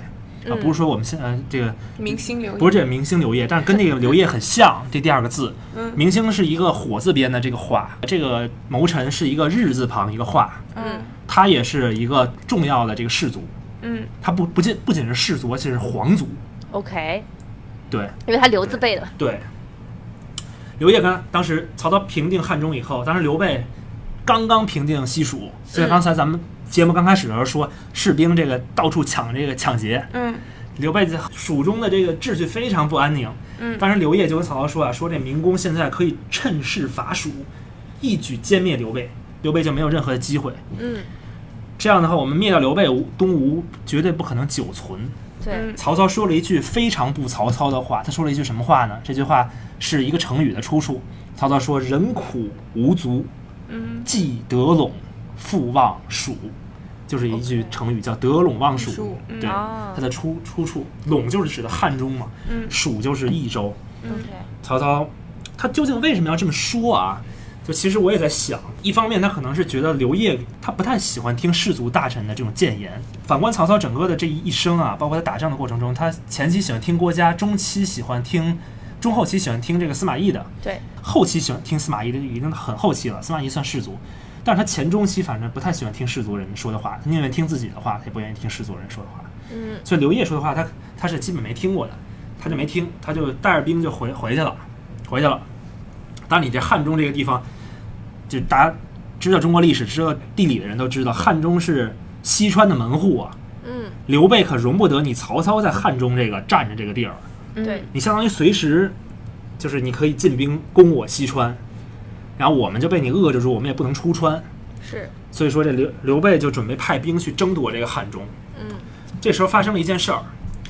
C: 啊，不是说我们现在这个
B: 明星留
C: 不是这个明星刘烨，但是跟那个刘烨很像。这第二个字，
B: 嗯
C: 明星是一个火字边的这个画，这个谋臣是一个日字旁一个画，
B: 嗯
C: 他也是一个重要的这个氏族，
B: 嗯
C: 他不不仅不仅是氏族，而且是皇族。
A: OK，
C: 对
A: 因为他留字辈的，
C: 对，刘烨刚当时曹操平定汉中以后，当时刘备刚刚平定西
A: 嗯
C: 蜀，所以刚才咱们节目刚开始的时候说，士兵这个到处抢这个抢劫，
A: 嗯
C: 刘备在蜀中的这个秩序非常不安宁。
A: 嗯
C: 当时刘烨就跟曹操说啊，说这明公现在可以趁势伐蜀，一举歼灭刘备，刘备就没有任何的机会。
A: 嗯，
C: 这样的话，我们灭掉刘备，吴东吴绝对不可能久存。
A: 对，
B: 嗯
C: 曹操说了一句非常不曹操的话，他说了一句什么话呢？这句话是一个成语的出处。曹操说：“人苦无足，
B: 嗯
C: 既得陇，复望蜀。”就是一句成语叫“得陇望蜀
B: 蜀”，嗯
C: 对，
A: 哦
C: 它的出出处，陇就是指的汉中嘛，
B: 嗯
C: 蜀就是益州。
A: ，OK，
C: 曹操他究竟为什么要这么说啊？就其实我也在想，一方面他可能是觉得刘烨他不太喜欢听士族大臣的这种谏言。反观曹操整个的这一生啊，包括他打仗的过程中，他前期喜欢听郭嘉，中期喜欢听，中后期喜欢听这个司马懿的，
A: 对，
C: 后期喜欢听司马懿的已经很后期了，司马懿算士族，但是他前中期反正不太喜欢听士族人说的话，他宁愿听自己的话，他也不愿意听士族人说的话。
A: 嗯
C: 所以刘烨说的话，他他是基本没听过的，他就没听，他就带着兵就回回去了，回去了。当然，你这汉中这个地方，就大家知道中国历史、知道地理的人都知道，汉中是西川的门户啊。
A: 嗯，
C: 刘备可容不得你曹操在汉中这个占着这个地儿，
A: 对，
C: 你相当于随时就是你可以进兵攻我西川，然后我们就被你遏制住，我们也不能出川。
A: 是，
C: 所以说这刘刘备就准备派兵去争夺这个汉中。
A: 嗯
C: 这时候发生了一件事儿，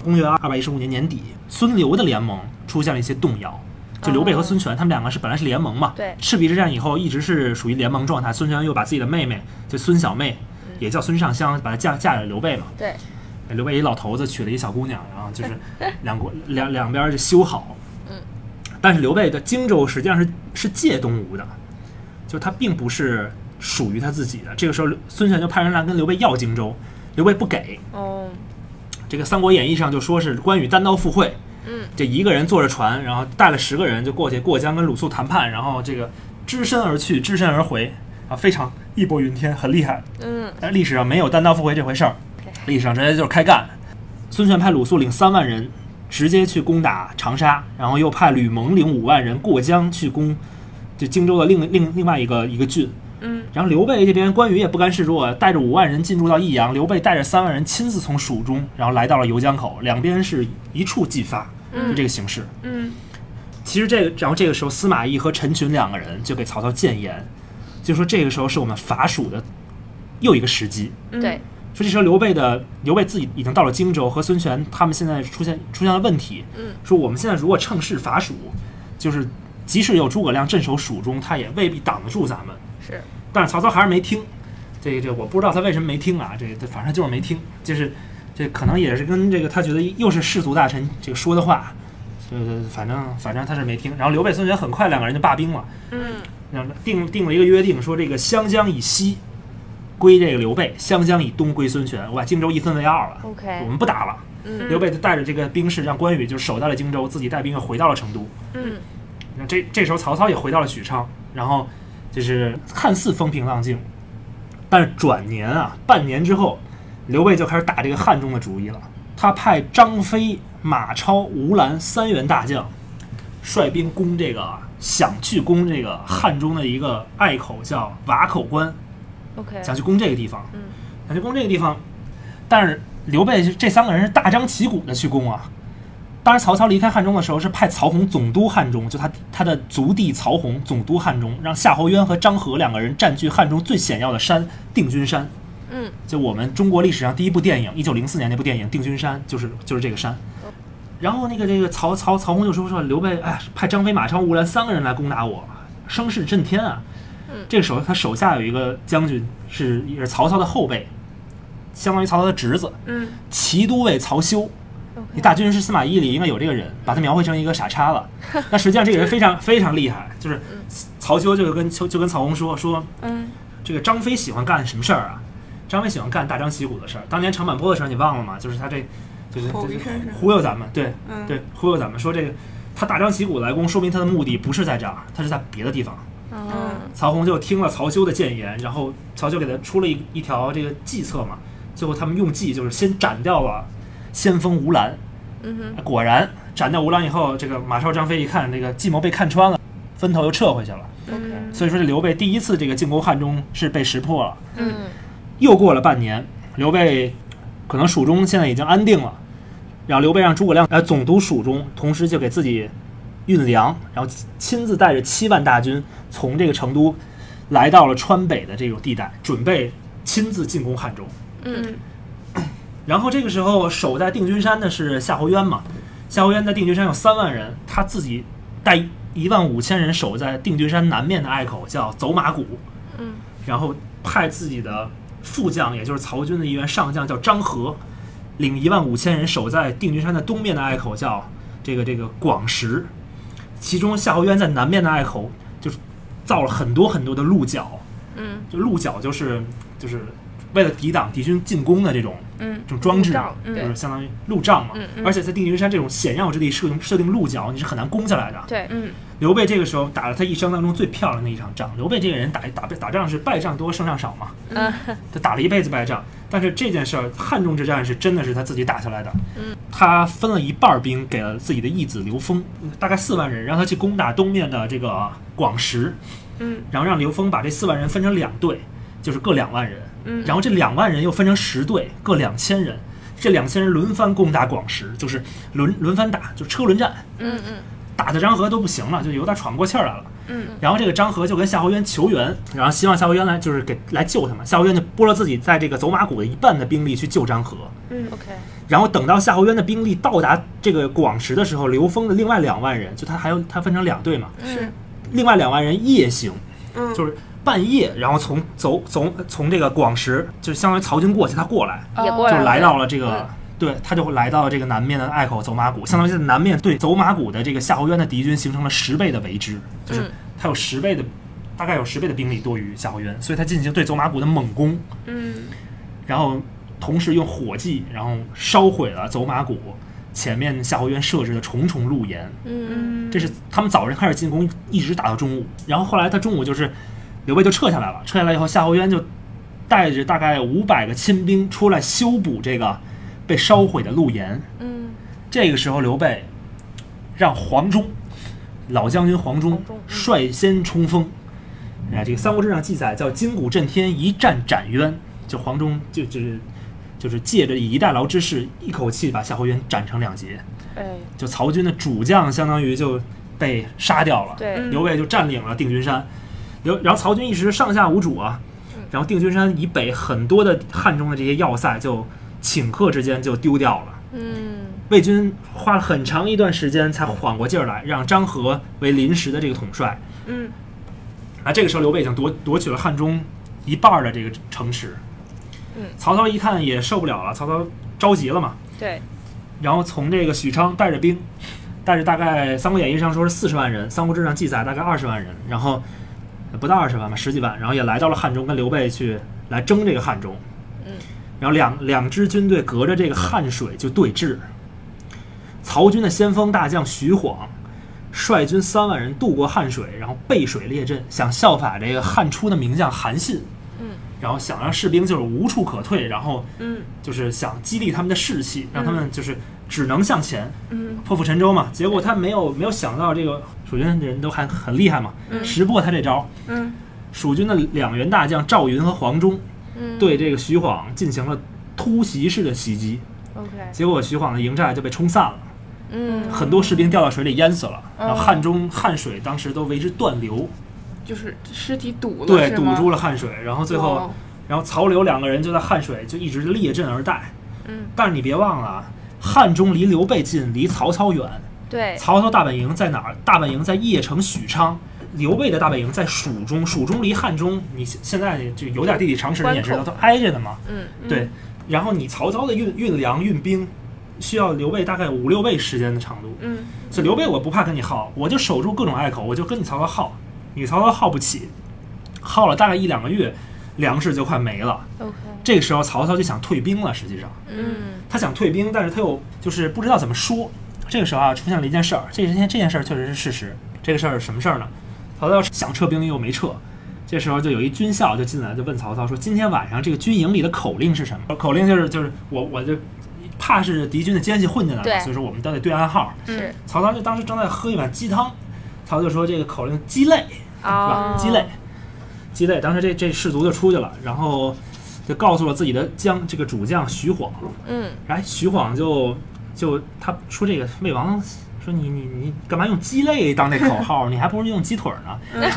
C: 公元二百一十五年年底，孙刘的联盟出现了一些动摇。就刘备和孙权，他们两个是本来是联盟嘛，
A: 对
C: 赤壁之战以后一直是属于联盟状态。孙权又把自己的妹妹，就孙小妹，
A: 嗯
C: 也叫孙尚香，把她嫁嫁给了刘备嘛。
A: 对，
C: 刘备一老头子娶了一小姑娘，然后就是两国两两边就修好。
A: 嗯，
C: 但是刘备的荆州实际上是是借东吴的，就他并不是属于他自己的。这个时候，孙权就派人来跟刘备要荆州，刘备不给。
A: 哦，
C: 这个《三国演义》上就说是关羽单刀赴会，
A: 嗯
C: 这一个人坐着船，然后带了十个人就过去过江跟鲁肃谈判，然后这个只身而去，只身而回啊，非常义薄云天，很厉害。
A: 嗯
C: 但历史上没有单刀赴会这回事儿
A: OK，
C: 历史上直接就是开干。孙权派鲁肃领三万人直接去攻打长沙，然后又派吕蒙领五万人过江去攻就荆州的另另另外一个一个郡。
B: 嗯，
C: 然后刘备这边关羽也不甘示弱，带着五万人进驻到益阳，刘备带着三万人亲自从蜀中，然后来到了游江口，两边是一触即发，就这个形势。
B: 嗯
C: 其实这个，然后这个时候司马懿和陈群两个人就给曹操谏言，就说这个时候是我们伐蜀的又一个时机。
B: 嗯
A: 对，
C: 说这时候刘备的刘备自己已经到了荆州，和孙权他们现在出现出现了问题。
A: 嗯，
C: 说我们现在如果趁势伐蜀，就是即使有诸葛亮镇守蜀中，他也未必挡得住咱们。
A: 是，
C: 但是曹操还是没听，这这我不知道他为什么没听啊，这这反正就是没听，就是这可能也是跟这个他觉得又是士族大臣这个说的话，就是反正反正他是没听。然后刘备、孙权很快两个人就罢兵了，
A: 嗯
C: 然后定定了一个约定，说这个湘江以西归这个刘备，湘江以东归孙权，我把荆州一分为二了，我
A: ，OK，
C: 们不打了。
A: 嗯
C: 刘备就带着这个兵士，让关羽就守到了荆州，自己带兵又回到了成都。
A: 嗯
C: 那这这时候曹操也回到了许昌，然后就是看似风平浪静，但是转年啊，半年之后，刘备就开始打这个汉中的主意了。他派张飞、马超、吴兰三员大将，率兵攻这个想去攻这个汉中的一个隘口，叫瓦口关，
A: ，OK，
C: 想去攻这个地方。
A: 嗯，
C: 想去攻这个地方，但是刘备是这三个人是大张旗鼓的去攻啊。当时曹操离开汉中的时候，是派曹洪总督汉中，就他他的族弟曹洪总督汉中，让夏侯渊和张合两个人占据汉中最险要的山定军山。
A: 嗯
C: 就我们中国历史上第一部电影，一九零四年那部电影《定军山》，就是就是这个山。
A: 哦
C: 然后那个这个曹曹曹洪就说说刘备，哎，派张飞、马超、吴兰三个人来攻打我，声势震天啊
A: 嗯！
C: 这个时候他手下有一个将军是也是曹操的后辈，相当于曹操的侄子，
B: 嗯
C: 骑都尉曹休。你大军师司马懿里应该有这个人，把他描绘成一个傻 叉了。但实际上这个人非常非常厉害，就是曹休就跟就就跟曹洪说说，
B: 嗯
C: 这个张飞喜欢干什么事儿啊？张飞喜欢干大张旗鼓的事儿。当年长坂坡的事儿你忘了吗？就是他这，就是
B: 吼
C: 就
B: 一
C: 是
B: 声是吧
C: 忽悠咱们，对
B: 嗯
C: 对，忽悠咱们说这个他大张旗鼓来攻，说明他的目的不是在这儿，他是在别的地方。
A: 嗯
C: 曹洪就听了曹休的谏言，然后曹休给他出了一一条这个计策嘛。最后他们用计就是先斩掉了先锋吴兰，
A: 嗯哼，
C: 果然斩掉吴兰以后，这个马超、张飞一看这个计谋被看穿了，分头又撤回去了。
B: OK，
C: 所以说，这刘备第一次这个进攻汉中是被识破了。
A: 嗯，
C: 又过了半年，刘备可能蜀中现在已经安定了，然后刘备让诸葛亮来总督蜀中，同时就给自己运粮，然后亲自带着七万大军从这个成都来到了川北的这种地带，准备亲自进攻汉中。
A: 嗯，
C: 然后这个时候守在定军山的是夏侯渊嘛，夏侯渊在定军山有三万人，他自己带一万五千人守在定军山南面的隘口，叫走马谷。
A: 嗯，
C: 然后派自己的副将，也就是曹军的一员上将叫张合，领一万五千人守在定军山的东面的隘口，叫这个这个广石。其中夏侯渊在南面的隘口就是造了很多很多的鹿角，
A: 嗯，
C: 就鹿角就是就是为了抵挡敌军进攻的这种
B: 嗯
C: 这种装置
A: 路
C: 嘛
A: 障，嗯
C: 就是相当于路障嘛。
A: 嗯嗯
C: 而且在定军山这种险要之地设定设定鹿角，你是很难攻下来的。
A: 对，
B: 嗯
C: 刘备这个时候打了他一生当中最漂亮的一场仗。刘备这个人打打打仗是败仗多胜仗少嘛，
A: 嗯
C: 他打了一辈子败仗，但是这件事儿汉中之战是真的是他自己打下来的。
A: 嗯，
C: 他分了一半儿兵给了自己的义子刘封，大概四万人，让他去攻打东面的这个广石，
B: 嗯
C: 然后让刘封把这四万人分成两队，就是各两万人，
B: 嗯
C: 然后这两万人又分成十队，各两千人。这两千人轮番攻打广石，就是轮轮番打，就车轮战，
A: 嗯嗯
C: 打的张合都不行了，就有点喘不过气儿来了。
B: 嗯，
C: 然后这个张合就跟夏侯渊求援，然后希望夏侯渊来就是给来救他们。夏侯渊就拨了自己在这个走马谷的一半的兵力去救张合。
B: 嗯
A: ，OK，
C: 然后等到夏侯渊的兵力到达这个广石的时候，刘封的另外两万人，就他还有他分成两队嘛，
B: 是
C: 另外两万人夜行，
B: 嗯
C: 就是半夜，然后从走从从这个广石，就是相当于曹军过去，他过来，
A: 也过
C: 就
A: 来了
C: 来到了这个
A: 嗯，
C: 对，他就来到了这个南面的隘口走马谷，相当于在南面对走马谷的这个夏侯渊的敌军形成了十倍的围之，就是
A: 嗯
C: 他有十倍的，大概有十倍的兵力多于夏侯渊，所以他进行对走马谷的猛攻，
B: 嗯
C: 然后同时用火计，然后烧毁了走马谷前面夏侯渊设置的重重路岩，
A: 嗯
B: 嗯，
C: 这是他们早晨开始进攻，一直打到中午，然后后来他中午就是刘备就撤下来了，撤下来以后，夏侯渊就带着大概五百个亲兵出来修补这个被烧毁的路岩。
A: 嗯
C: 这个时候，刘备让黄忠老将军黄忠
A: 黄忠嗯
C: 率先冲锋。哎，这个《三国志》上记载叫“金鼓震天，一战斩冤”，就黄忠就就是就是借着以逸待劳之势，一口气把夏侯渊斩成两截。
A: 哎，
C: 就曹军的主将相当于就被杀掉了，
A: 对
B: 嗯
C: 刘备就占领了定军山，刘然后曹军一时上下无主啊
A: 嗯，
C: 然后定军山以北很多的汉中的这些要塞就顷刻之间就丢掉了。
A: 嗯
C: 魏军花了很长一段时间才缓过劲儿来，让张合为临时的这个统帅。
B: 嗯
C: 啊，这个时候刘备已经夺夺取了汉中一半儿的这个城池。
A: 嗯
C: 曹操一看也受不了了，曹操着急了嘛，
A: 对，
C: 然后从这个许昌带着兵，带着大概《三国演义》上说是四十万人，《三国志》上记载大概二十万人，然后呃不到二十万吧，十几万，然后也来到了汉中，跟刘备去来争这个汉中。
A: 嗯，
C: 然后两两支军队隔着这个汉水就对峙。曹军的先锋大将徐晃率军三万人渡过汉水，然后背水列阵，想效法这个汉初的名将韩信。
A: 嗯，
C: 然后想让士兵就是无处可退，然后
B: 嗯
C: 就是想激励他们的士气，让他们就是只能向前，
B: 嗯
C: 破釜沉舟嘛。结果他没有没有想到，这个蜀军人都还很厉害嘛，
B: 嗯
C: 识破他这招。
B: 嗯
C: 蜀军的两员大将赵云和黄忠
A: 嗯
C: 对这个徐晃进行了突袭式的袭击，
A: ，OK，
C: 结果徐晃的营寨就被冲散了，
A: 嗯
C: 很多士兵掉到水里淹死了，
B: 嗯
C: 然后汉中汉水当时都为之断流，
B: 就是尸体堵了，
C: 对，
B: 是
C: 堵
B: 吗哦
C: 住了汉水，然后最后
B: 哇
C: 然后曹刘两个人就在汉水就一直列阵而待。
A: 嗯，
C: 但是你别忘了啊，汉中离刘备近，离曹操远。
A: 对，
C: 曹操大本营在哪儿？大本营在邺城许昌。刘备的大本营在蜀中，蜀中离汉中，你现现在就有点地理常识，你也知道，
A: 关
C: 都挨着的嘛。
A: 嗯
C: 对，然后你曹操的运运粮运兵，需要刘备大概五六倍时间的长度。
B: 嗯
C: 所以刘备我不怕跟你耗，我就守住各种隘口，我就跟你曹操耗，你曹操耗不起，耗了大概一两个月，粮食就快没了。
A: ，OK，
C: 这个时候曹操就想退兵了，实际上
A: 嗯
C: 他想退兵，但是他又就是不知道怎么说。这个时候啊，出现了一件事儿，这件这件事儿确实是事实。这个事儿是什么事儿呢？曹操想撤兵又没撤，这时候就有一军校就进来就问曹操说：“今天晚上这个军营里的口令是什么？”口令就是就是我我就怕是敌军的奸细混进来
A: 对
C: 了，所以说我们都得对暗号。
B: 嗯
A: 是，
C: 曹操就当时正在喝一碗鸡汤，他就说这个口令鸡肋，是吧
A: 啊，？
C: 鸡肋，鸡肋。当时这这士卒就出去了，然后就告诉了自己的将这个主将徐晃，
A: 嗯，
C: 哎，徐晃就就他说这个魏王说你你你干嘛用鸡肋当这口号？你还不如用鸡腿儿呢。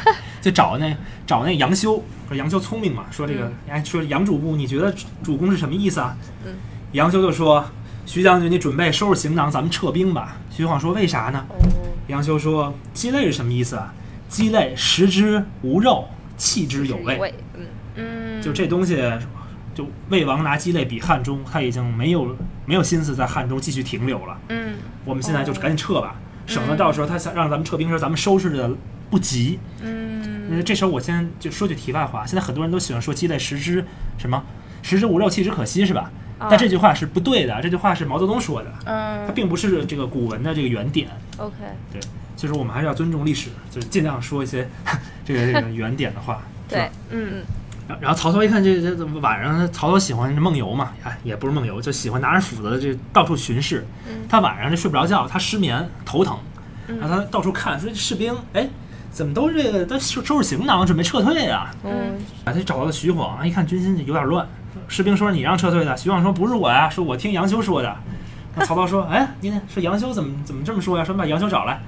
C: 就找那找那杨修，说杨修聪明嘛，说这个哎说杨主簿，你觉得主公是什么意思啊？
A: 嗯
C: 杨修就说徐将军，你准备收拾行囊，咱们撤兵吧。徐晃说为啥呢？
A: 哦
C: 杨修说鸡肋是什么意思啊？鸡肋食之无肉，弃之有味。，
A: 嗯，
B: 嗯，
C: 就这东西，就魏王拿鸡肋比汉中，他已经没有没有心思在汉中继续停留了。
B: 嗯
C: 我们现在就赶紧撤吧，省得到时候他想让咱们撤兵时，候咱们收拾的不及。
B: 嗯
C: 呃这时候我先就说句题外话，现在很多人都喜欢说鸡肋食之什么食之无肉，弃之可惜是吧？
A: 啊
C: 但这句话是不对的，这句话是毛泽东说的，它
B: 嗯
C: 并不是这个古文的这个原点。
A: 嗯 OK，
C: 所以说我们还是要尊重历史，就是尽量说一些这个这个原点的话。是吧
A: 对，
B: 嗯
C: 然然后曹操一看这这怎么晚上，曹操喜欢梦游嘛，哎，也不是梦游，就喜欢拿着斧子这到处巡视。
A: 嗯
C: 他晚上这睡不着觉，他失眠头疼，然后他到处看，说这士兵哎怎么都这个都收收拾行囊准备撤退啊？
A: 嗯，
C: 啊，他就找到了徐晃，一看军心有点乱，士兵说你让撤退的，徐晃说不是我呀，说我听杨修说的。那曹操说，哎，您说杨修怎么怎么这么说呀？说你把杨修找来，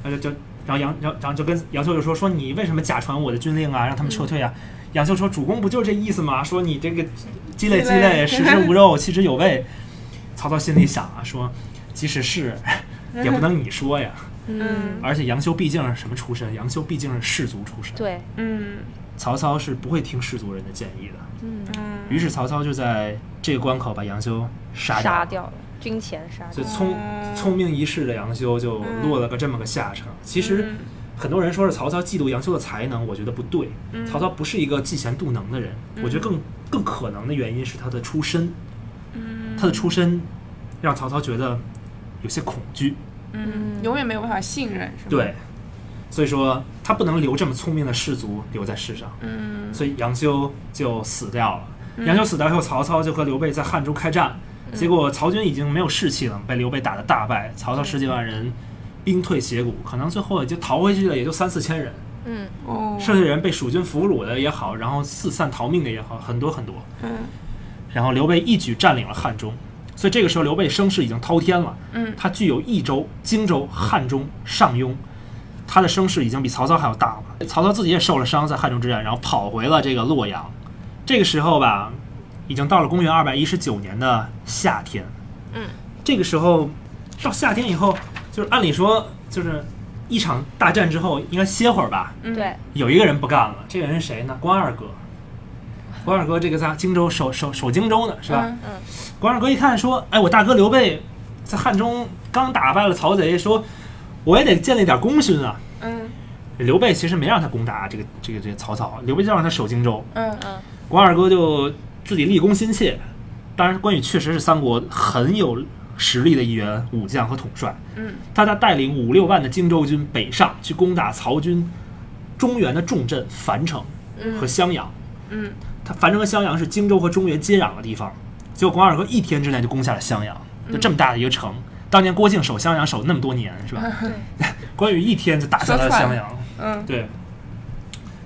C: 然后就就然后杨然后然后就跟杨修就说说你为什么假传我的军令啊，让他们撤退啊？杨修说主公不就是这意思吗？说你这个鸡肋鸡肋，食之无肉，弃之有味。曹操心里想啊，说即使是也不能你说呀，
A: 嗯，
C: 而且杨修毕竟是什么出身？杨修毕竟是士族出身，
A: 对，
B: 嗯
C: 曹操是不会听士族人的建议的。
A: 嗯，
B: 嗯，
C: 于是曹操就在这个关口把杨修杀
A: 杀掉了，军前杀
C: 所
A: 掉
C: 以，聪聪明一世的杨修就落了个这么个下场。其实
B: 嗯
C: 很多人说是曹操嫉妒杨修的才能，我觉得不对。曹操不是一个嫉贤妒能的人，我觉得更更可能的原因是他的出身，他的出身让曹操觉得有些恐惧。
B: 嗯，永远没有办法信任，是吧？，
C: 对，所以说他不能留这么聪明的士卒留在世上，
B: 嗯
C: 所以杨修就死掉了。杨修死掉以后，曹操就和刘备在汉中开战，结果曹军已经没有士气了，被刘备打得大败，曹操十几万人兵退斜谷，可能最后也就逃回去的也就三四千人，
A: 嗯
B: 哦，
C: 剩下人被蜀军俘虏的也好，然后四散逃命的也好，很多很多。
B: 嗯
C: 然后刘备一举占领了汉中，所以这个时候刘备声势已经滔天了。
B: 嗯
C: 他具有益州、荆州、汉中、上庸，他的声势已经比曹操还要大了。曹操自己也受了伤，在汉中之战，然后跑回了这个洛阳。这个时候吧，已经到了公元二百一十九年的夏天。
A: 嗯，
C: 这个时候到夏天以后，就是按理说就是一场大战之后应该歇会儿吧。
B: 嗯
A: 对，
C: 有一个人不干了，这个人是谁呢？关二哥。关二哥这个在荆州守守守荆州呢，是吧？
B: 嗯
A: 嗯
C: 关二哥一看说：“哎，我大哥刘备在汉中刚打败了曹贼，说我也得建立点功勋啊。
B: 嗯”
C: 刘备其实没让他攻打这个这个这个曹操，啊刘备就让他守荆州。
B: 嗯
A: 嗯
C: 关二哥就自己立功心切，当然关羽确实是三国很有实力的一员武将和统帅，
B: 嗯
C: 他在带领五六万的荆州军北上去攻打曹军中原的重镇樊城和襄阳。
B: 嗯
C: 他樊城和襄阳是荆州和中原接壤的地方，结果关二哥一天之内就攻下了襄阳，就这么大的一个城。当年郭靖守襄阳守那么多年，是吧？ 关羽一天就打下了襄阳，
B: 嗯
C: 对。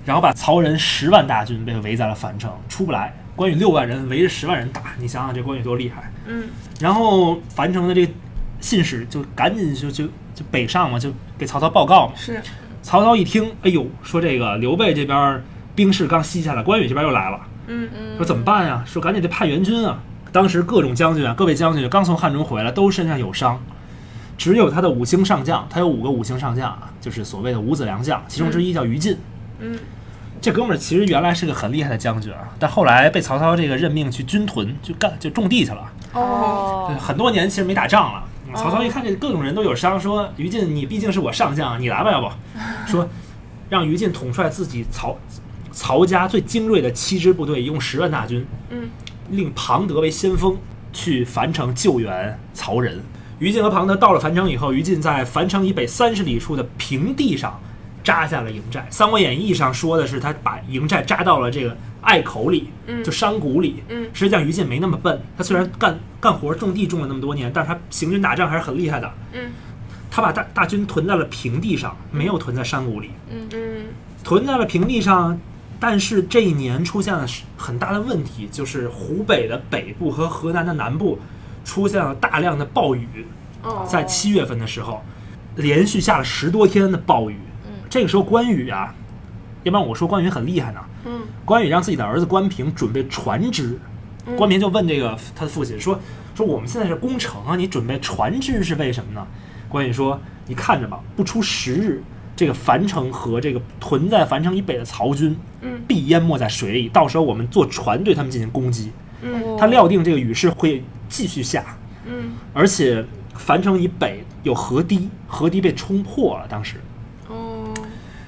C: 然后把曹人十万大军被围在了樊城，出不来。关羽六万人围着十万人打，你想想这关羽多厉害！
B: 嗯
C: 然后樊城的这个信使就赶紧就就就北上嘛，就给曹操报告嘛。
B: 是
C: 曹操一听，哎呦，说这个刘备这边兵士刚西下来，关羽这边又来了，
B: 嗯
A: 嗯，
C: 说怎么办呀？说赶紧得派援军啊！当时各种将军啊，各位将军刚从汉中回来，都身上有伤，只有他的五星上将，他有五个五星上将啊，就是所谓的五子良将，其中之一叫于禁。
B: 嗯
C: 这哥们儿其实原来是个很厉害的将军啊，但后来被曹操这个任命去军屯，就干就种地去了，
B: 哦
C: 对
A: 哦，
C: 很多年其实没打仗了。曹操一看这各种人都有伤，说于禁你毕竟是我上将啊，你来吧，要不说让于禁统帅自己曹曹家最精锐的七支部队，一共十万大军，
B: 嗯
C: 令庞德为先锋，去樊城救援曹仁。于禁和庞德到了樊城以后，于禁在樊城以北三十里处的平地上扎下了营寨。《三国演义》上说的是他把营寨扎到了这个隘口里，就山谷里。
B: 嗯
C: 实际上于禁没那么笨，他虽然干干活种地种了那么多年，但是他行军打仗还是很厉害的。
B: 嗯
C: 他把大大军屯在了平地上，没有屯在山谷里，
A: 嗯
B: 嗯
C: 屯在了平地上。但是这一年出现了很大的问题，就是湖北的北部和河南的南部出现了大量的暴雨。
B: 哦，
C: 在七月份的时候，连续下了十多天的暴雨。
A: 嗯
C: 这个时候，关羽啊，要不然我说关羽很厉害呢。
B: 嗯
C: 关羽让自己的儿子关平准备船只，
B: 嗯
C: 关平就问这个他的父亲说：“说我们现在是攻城啊，你准备船只是为什么呢？”关羽说：“你看着吧，不出十日，这个樊城和这个屯在樊城以北的曹军
B: 嗯
C: 必淹没在水里，到时候我们做船对他们进行攻击。”
B: 嗯
C: 他料定这个雨势会继续下，
B: 嗯
C: 而且樊城以北有河堤，河堤被冲破了。当时，
B: 哦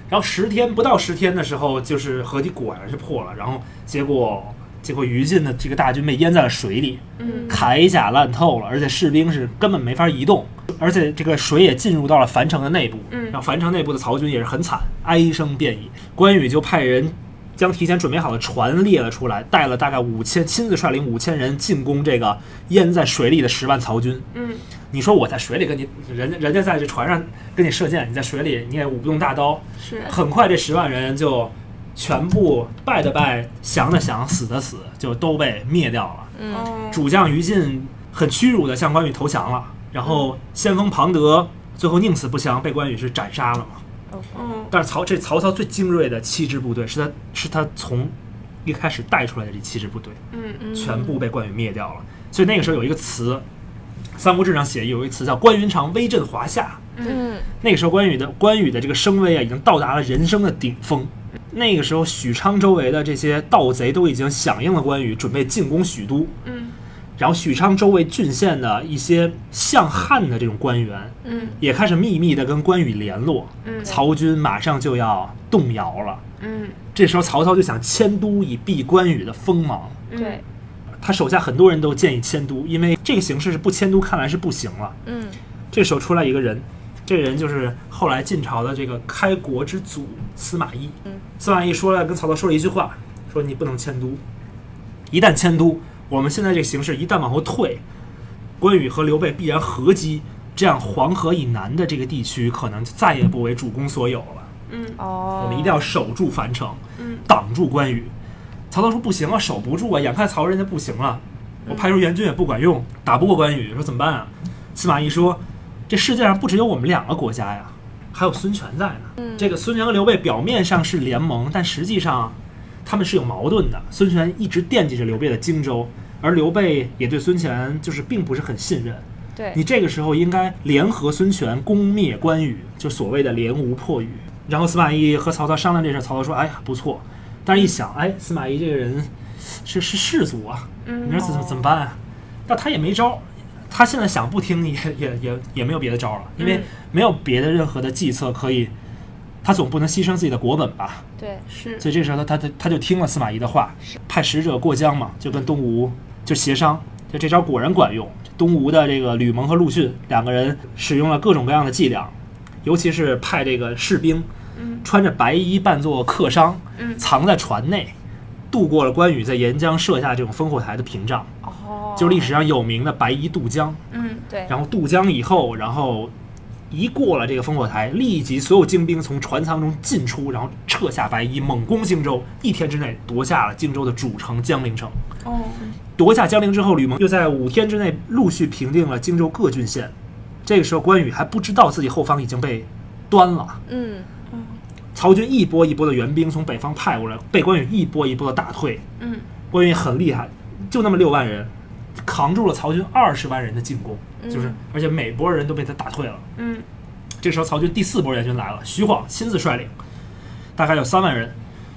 C: 然后十天不到十天的时候，就是河堤果然是破了，然后结果结果于禁的这个大军被淹在了水里，
B: 嗯
C: 铠甲烂透了，而且士兵是根本没法移动，而且这个水也进入到了樊城的内部，
B: 嗯
C: 然后樊城内部的曹军也是很惨，哀声遍野。关羽就派人将提前准备好的船列了出来，带了大概五千，亲自率领五千人进攻这个淹在水里的十万曹军。
B: 嗯
C: 你说我在水里跟你，人家人家在这船上跟你射箭，你在水里你也舞不动大刀，
B: 是
C: 很快这十万人就全部败的败，降的降，死的死，就都被灭掉了。
A: 嗯
B: 哦
C: 主将于禁很屈辱的向关羽投降了，然后先锋庞德最后宁死不降，被关羽是斩杀了嘛。
B: 嗯
C: 但是曹这曹操最精锐的七支部队是他是他从一开始带出来的这七支部队，
B: 嗯
C: 全部被关羽灭掉了。所以那个时候有一个词，《三国志》上写有一个词叫“关云长威震华夏”，
B: 嗯
A: 嗯
C: 那个时候关羽的关羽的这个声威啊，已经到达了人生的顶峰。那个时候，许昌周围的这些盗贼都已经响应了关羽，准备进攻许都。
B: 嗯
C: 然后，许昌周围郡县的一些向汉的这种官员
B: 嗯
C: 也开始秘密的跟关羽联络。
B: 嗯
C: 曹军马上就要动摇了，
B: 嗯
C: 这时候曹操就想迁都以避关羽的锋芒。
A: 嗯对
C: 他手下很多人都建议迁都，因为这个形势是不迁都看来是不行了。
A: 嗯
C: 这时候出来一个人，这个人就是后来晋朝的这个开国之祖司马懿。
A: 嗯
C: 司马懿说了跟曹操说了一句话，说你不能迁都，一旦迁都，我们现在这个形势一旦往后退，关羽和刘备必然合击，这样黄河以南的这个地区可能就再也不为主公所有了。
B: 嗯
A: 哦，
C: 我们一定要守住樊城，
B: 嗯
C: 挡住关羽。曹操说不行啊，守不住啊，眼看曹人家不行了，
A: 嗯
C: 我派出援军也不管用，打不过关羽，说怎么办啊？司马懿说，这世界上不只有我们两个国家呀，还有孙权在呢。
A: 嗯
C: 这个孙权和刘备表面上是联盟，但实际上他们是有矛盾的。孙权一直惦记着刘备的荆州，而刘备也对孙权就是并不是很信任。
A: 对
C: 你这个时候应该联合孙权攻灭关羽，就所谓的联吴破羽。然后司马懿和曹操商量这事，曹操说：“哎呀，不错。”但是一想，哎，司马懿这个人是是士族啊，你
B: 嗯
C: 说怎么怎么办啊？但他也没招儿，他现在想不听也也也也没有别的招儿了，因为
B: 嗯
C: 没有别的任何的计策可以，他总不能牺牲自己的国本吧？
A: 对，
B: 是
C: 所以这时候他他他就听了司马懿的话，派使者过江嘛，就跟东吴就协商，就这招果然管用。东吴的这个吕蒙和陆逊两个人使用了各种各样的伎俩，尤其是派这个士兵
B: 嗯
C: 穿着白衣扮作客商，
B: 嗯
C: 藏在船内，渡过了关羽在沿江设下这种烽火台的屏障，
A: 哦，
C: 就是历史上有名的白衣渡江。
B: 嗯
A: 对，
C: 然后渡江以后，然后一过了这个烽火台，立即所有精兵从船舱中进出，然后撤下白衣，猛攻荆州。一天之内夺下了荆州的主城江陵城。
B: 哦
C: 夺下江陵之后，吕蒙又在五天之内陆续平定了荆州各郡县。这个时候，关羽还不知道自己后方已经被端了。
A: 嗯
C: 曹军一波一波的援兵从北方派过来，被关羽一波一波的打退。
B: 嗯
C: 关羽很厉害，就那么六万人，扛住了曹军二十万人的进攻，就是
A: 嗯
C: 而且每波人都被他打退了。
B: 嗯
C: 这时候曹军第四波援军来了，徐晃亲自率领，大概有三万人。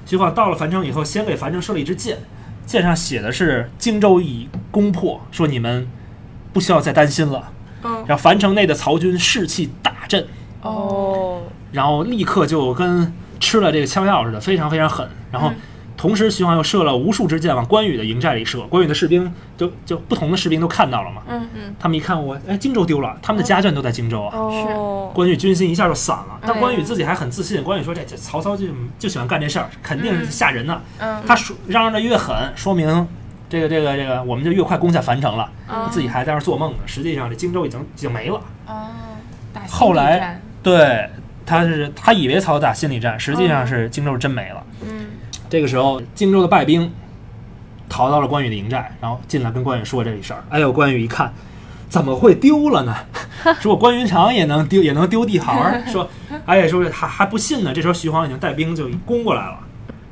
C: 徐晃到了樊城以后，先给樊城射了一支箭，箭上写的是“荆州已攻破”，说你们不需要再担心了。
B: 嗯
C: 然后樊城内的曹军士气大振，
A: 哦，
C: 然后立刻就跟吃了这个枪药似的，非常非常狠。然后
B: 嗯
C: 同时徐晃又射了无数支箭往关羽的营寨里射，关羽的士兵就就不同的士兵都看到了嘛，
B: 嗯
C: 他们一看我哎荆州丢了，他们的家眷都在荆州啊。
A: 哦，
C: 关羽军心一下就散了，但
A: 哎
C: 关羽自己还很自信。关羽说：“这这曹操就就喜欢干这事儿，肯定是吓人的。
B: 嗯
C: 他说嚷嚷的越狠，说明这个这个这个，我们就越快攻下樊城了。
B: 嗯
C: 自己还在那儿做梦呢，实际上这荆州已经已经没了。
B: 哦打心
C: 后
B: 理
C: 来
B: 战，
C: 对，他是他以为曹打心理战，实际上是荆州真没了。
B: 嗯，
C: 这个时候，荆州的败兵逃到了关羽的营寨，然后进来跟关羽说这一事儿。哎呦，关羽一看，怎么会丢 了呢？说我关云长也能丢，也能丢地盘儿。说，哎呀，说这还还不信呢。这时候徐晃已经带兵就攻过来了。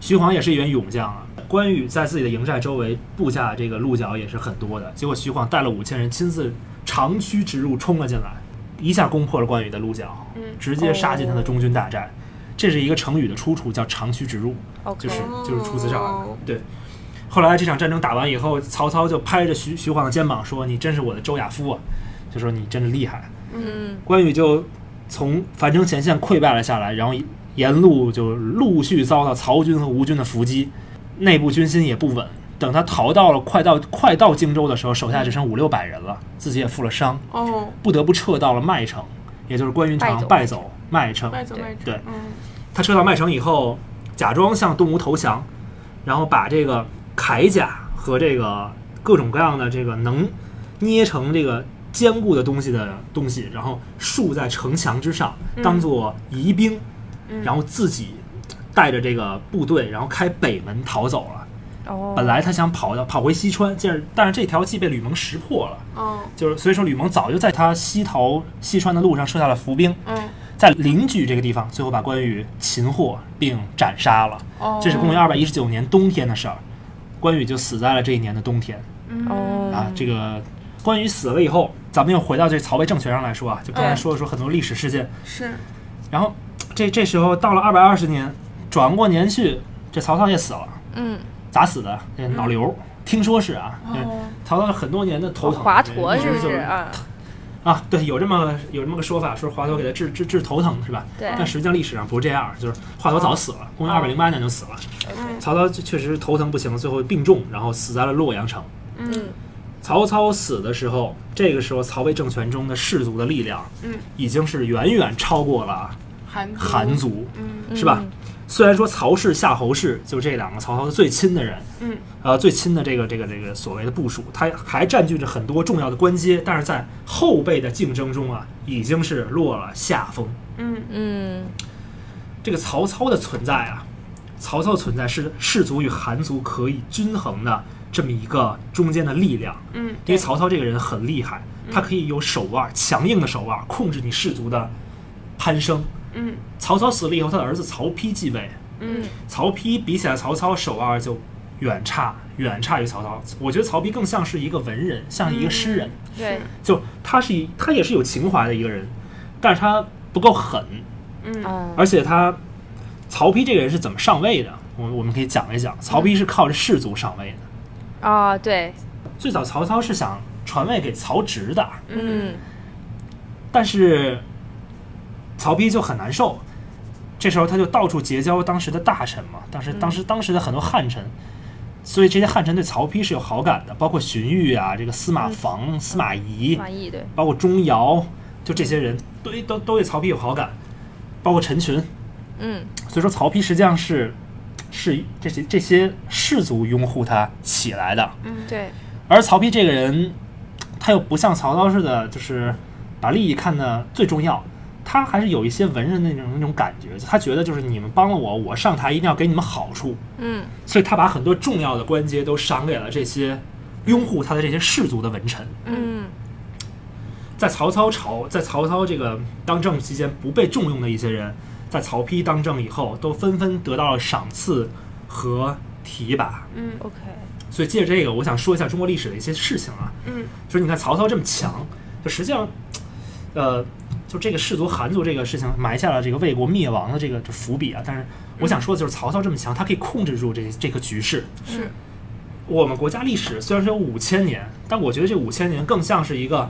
C: 徐晃也是一员勇将啊。关羽在自己的营寨周围布下这个鹿角也是很多的，结果徐晃带了五千人亲自长驱直入冲了进来，一下攻破了关羽的鹿角，直接杀进他的中军大寨。这是一个成语的出处，叫长驱直入。
A: OK，
C: 就是就是出自上海。对，后来这场战争打完以后，曹操就拍着徐徐晃的肩膀说：“你真是我的周亚夫啊！”就说你真的厉害。
A: 嗯，
C: 关羽就从樊城前线溃败了下来，然后沿路就陆续遭到曹军和吴军的伏击，内部军心也不稳。等他逃到了快到快到荆州的时候，手下只剩五六百人了，自己也负了伤，
B: 哦，
C: 不得不撤到了麦城，也就是关云长败
A: 败
C: 走麦城。
B: 卖走
A: 对
B: 卖走，
C: 对
B: 嗯，
C: 他撤到麦城以后，假装向东吴投降，然后把这个铠甲和这个各种各样的这个能捏成这个坚固的东西的东西，然后竖在城墙之上，当做疑兵，然后自己带着这个部队，然后开北门逃走了。
A: 哦，
C: 本来他想跑到跑回西川，但是但是这条计被吕蒙识破了，
B: 哦，
C: 就是所以说吕蒙早就在他西逃西川的路上设下了伏兵，
B: 嗯，
C: 在临掬这个地方，最后把关羽擒获并斩杀了。
B: 哦，
C: 这是公元二百一十九年冬天的事儿，关羽就死在了这一年的冬天
B: 嗯
A: 哦
C: 啊。这个关羽死了以后，咱们又回到这曹魏政权上来说啊，就刚才说了说很多历史事件。
B: 是，
C: 然后这这时候到了二百二十年，转过年去，这曹操也死了，
A: 嗯，
C: 咋死的？这脑瘤，听说是啊，对
B: 哦，
C: 曹操很多年的头疼，
A: 华佗
C: 一
A: 是
C: 直
A: 不
C: 就是
B: 嗯
A: 啊？
C: 啊，对，有这么有这么个说法，说华佗给他治治治头疼是吧？
A: 对
C: 但实际上历史上不是这样，就是华佗早死了，公元二百零八年就死了。
B: 嗯
C: 曹操确实头疼不行，最后病重，然后死在了洛阳城。
B: 嗯，
C: 曹操死的时候，这个时候曹魏政权中的士族的力量，
B: 嗯，
C: 已经是远远超过了
B: 韩族
C: 韩，族，
B: 嗯
C: 是吧？虽然说曹氏、夏侯氏就这两个曹操的最亲的人，
B: 嗯，
C: 呃，最亲的这个这个这个所谓的部署，他还占据着很多重要的官阶，但是在后辈的竞争中啊，已经是落了下风。
B: 嗯
A: 嗯，
C: 这个曹操的存在啊，曹操的存在是士族与韩族可以均衡的这么一个中间的力量，
B: 嗯，
C: 因为曹操这个人很厉害，他可以有手腕，强硬的手腕控制你士族的攀升。
B: 嗯
C: 曹操死了以后，他的儿子曹丕继位，
B: 嗯
C: 曹丕比起来，曹操手腕就远差远差于曹操。我觉得曹丕更像是一个文人，像一个诗人，
A: 对，
C: 就他是一他也是有情怀的一个人，但是他不够狠，
B: 嗯
A: 嗯，
C: 而且他曹丕这个人是怎么上位的？我我们可以讲一讲，曹丕是靠着士族上位的。
A: 啊，对，
C: 最早曹操是想传位给曹植的，
B: 嗯
A: 嗯，
C: 但是曹丕就很难受。这时候他就到处结交当时的大臣嘛，当时当时当时的很多汉臣，所以这些汉臣对曹丕是有好感的，包括荀彧啊，这个司马防、司马懿，
A: 满意对，
C: 包括钟繇，就这些人对都都对曹丕有好感，包括陈群。
A: 嗯，
C: 所以说曹丕实际上是是这些这些士族拥护他起来的，
A: 对，
C: 而曹丕这个人，他又不像曹操似的，就是把利益看得最重要，他还是有一些文人的那种那种感觉，他觉得就是你们帮了我，我上台一定要给你们好处，
A: 嗯，
C: 所以他把很多重要的官阶都赏给了这些拥护他的这些士族的文臣。
A: 嗯，
C: 在曹操朝在曹操这个当政期间不被重用的一些人，在曹丕当政以后，都纷纷得到了赏赐和提拔。
B: 嗯
A: OK，
C: 所以借着这个，我想说一下中国历史的一些事情啊，
B: 嗯
C: 就是你看曹操这么强，就实际上，呃，就这个氏族韩族这个事情埋下了这个魏国灭亡的这个这伏笔啊。但是我想说的就是，曹操这么强，他可以控制住这这个局势。
B: 嗯是，
C: 我们国家历史虽然说有五千年，但我觉得这五千年更像是一个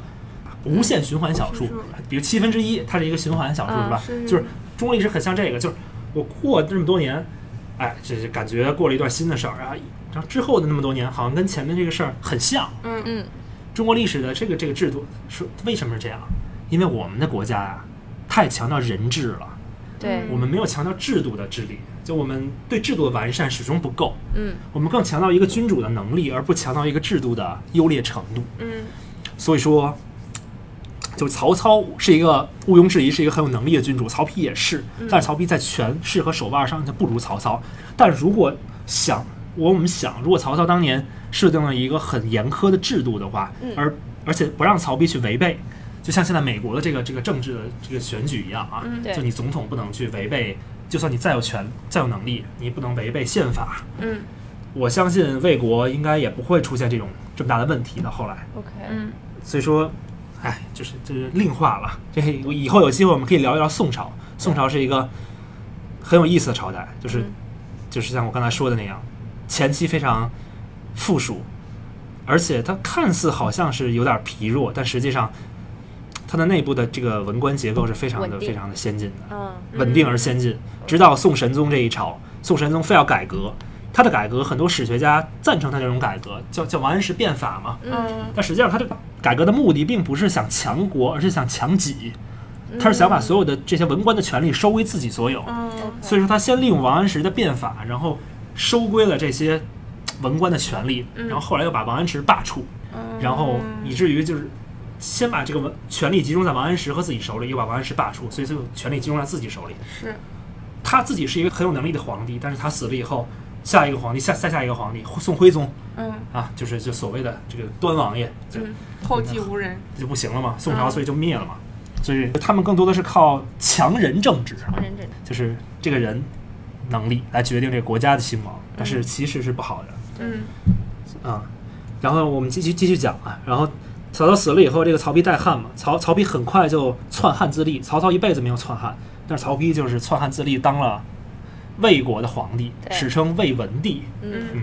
C: 无限循环小数
B: 嗯是，
C: 比如七分之一，它是一个循环小数，
A: 嗯
C: 是吧？
B: 啊是
C: 就是中国历史很像这个，就是我过这么多年，哎，这是感觉过了一段新的事儿，然后然后之后的那么多年，好像跟前面这个事儿很像。
B: 嗯
A: 嗯，
C: 中国历史的这个这个制度是为什么是这样？因为我们的国家呀、太强调人治了，
A: 对，
C: 我们没有强调制度的治理，就我们对制度的完善始终不够。
A: 嗯，
C: 我们更强调一个君主的能力，而不强调一个制度的优劣程度。
B: 嗯
C: 所以说，就是曹操是一个毋庸置疑是一个很有能力的君主，曹丕也是，但是曹丕在权势和手腕上他不如曹操。但如果想我们想，如果曹操当年设定了一个很严苛的制度的话，而而且不让曹丕去违背，就像现在美国的这个这个政治的这个选举一样啊，
A: 对
C: 就你总统不能去违背，就算你再有权再有能力，你也不能违背宪法。
B: 嗯
C: 我相信魏国应该也不会出现这种这么大的问题的。后来，
A: OK，
B: 嗯，
C: 所以说，哎，就是就是另话了。这以后有机会我们可以聊一聊宋朝。宋朝是一个很有意思的朝代，就是、
A: 嗯
C: 就是像我刚才说的那样，前期非常富庶，而且它看似好像是有点疲弱，但实际上它的内部的这个文官结构是非常的
A: 稳定
C: 非常的先进的。
A: 嗯
C: 稳定而先进，直到宋神宗这一朝，宋神宗非要改革，他的改革很多史学家赞成他这种改革，叫叫王安石变法嘛。
A: 嗯
C: 但实际上，他这个改革的目的并不是想强国，而是想强己，他是想把所有的这些文官的权利收归自己所有。
B: 嗯
C: 所以说，他先利用王安石的变法，然后收归了这些文官的权利，
B: 嗯
C: 然后后来又把王安石罢黜，然后以至于就是。先把这个文权力集中在王安石和自己手里，又把王安石罢黜，所以就权力集中在自己手里。
B: 是
C: 他自己是一个很有能力的皇帝，但是他死了以后，下一个皇帝，下再下一个皇帝，宋徽宗
B: 嗯
C: 啊，就是就所谓的这个端王爷就
B: 嗯，后继无人，
C: 就不行了嘛，宋朝
B: 嗯
C: 所以就灭了嘛，所以他们更多的是靠强人政治，
A: 认真
C: 就是这个人能力来决定这个国家的兴亡，但是其实是不好的。
B: 嗯
C: 啊，然后我们继续继续讲啊，然后曹操死了以后，这个曹丕代汉嘛，曹曹丕很快就篡汉自立，曹操一辈子没有篡汉，但是曹丕就是篡汉自立，当了魏国的皇帝，
A: 对
C: 史称魏文帝。
A: 嗯
B: 嗯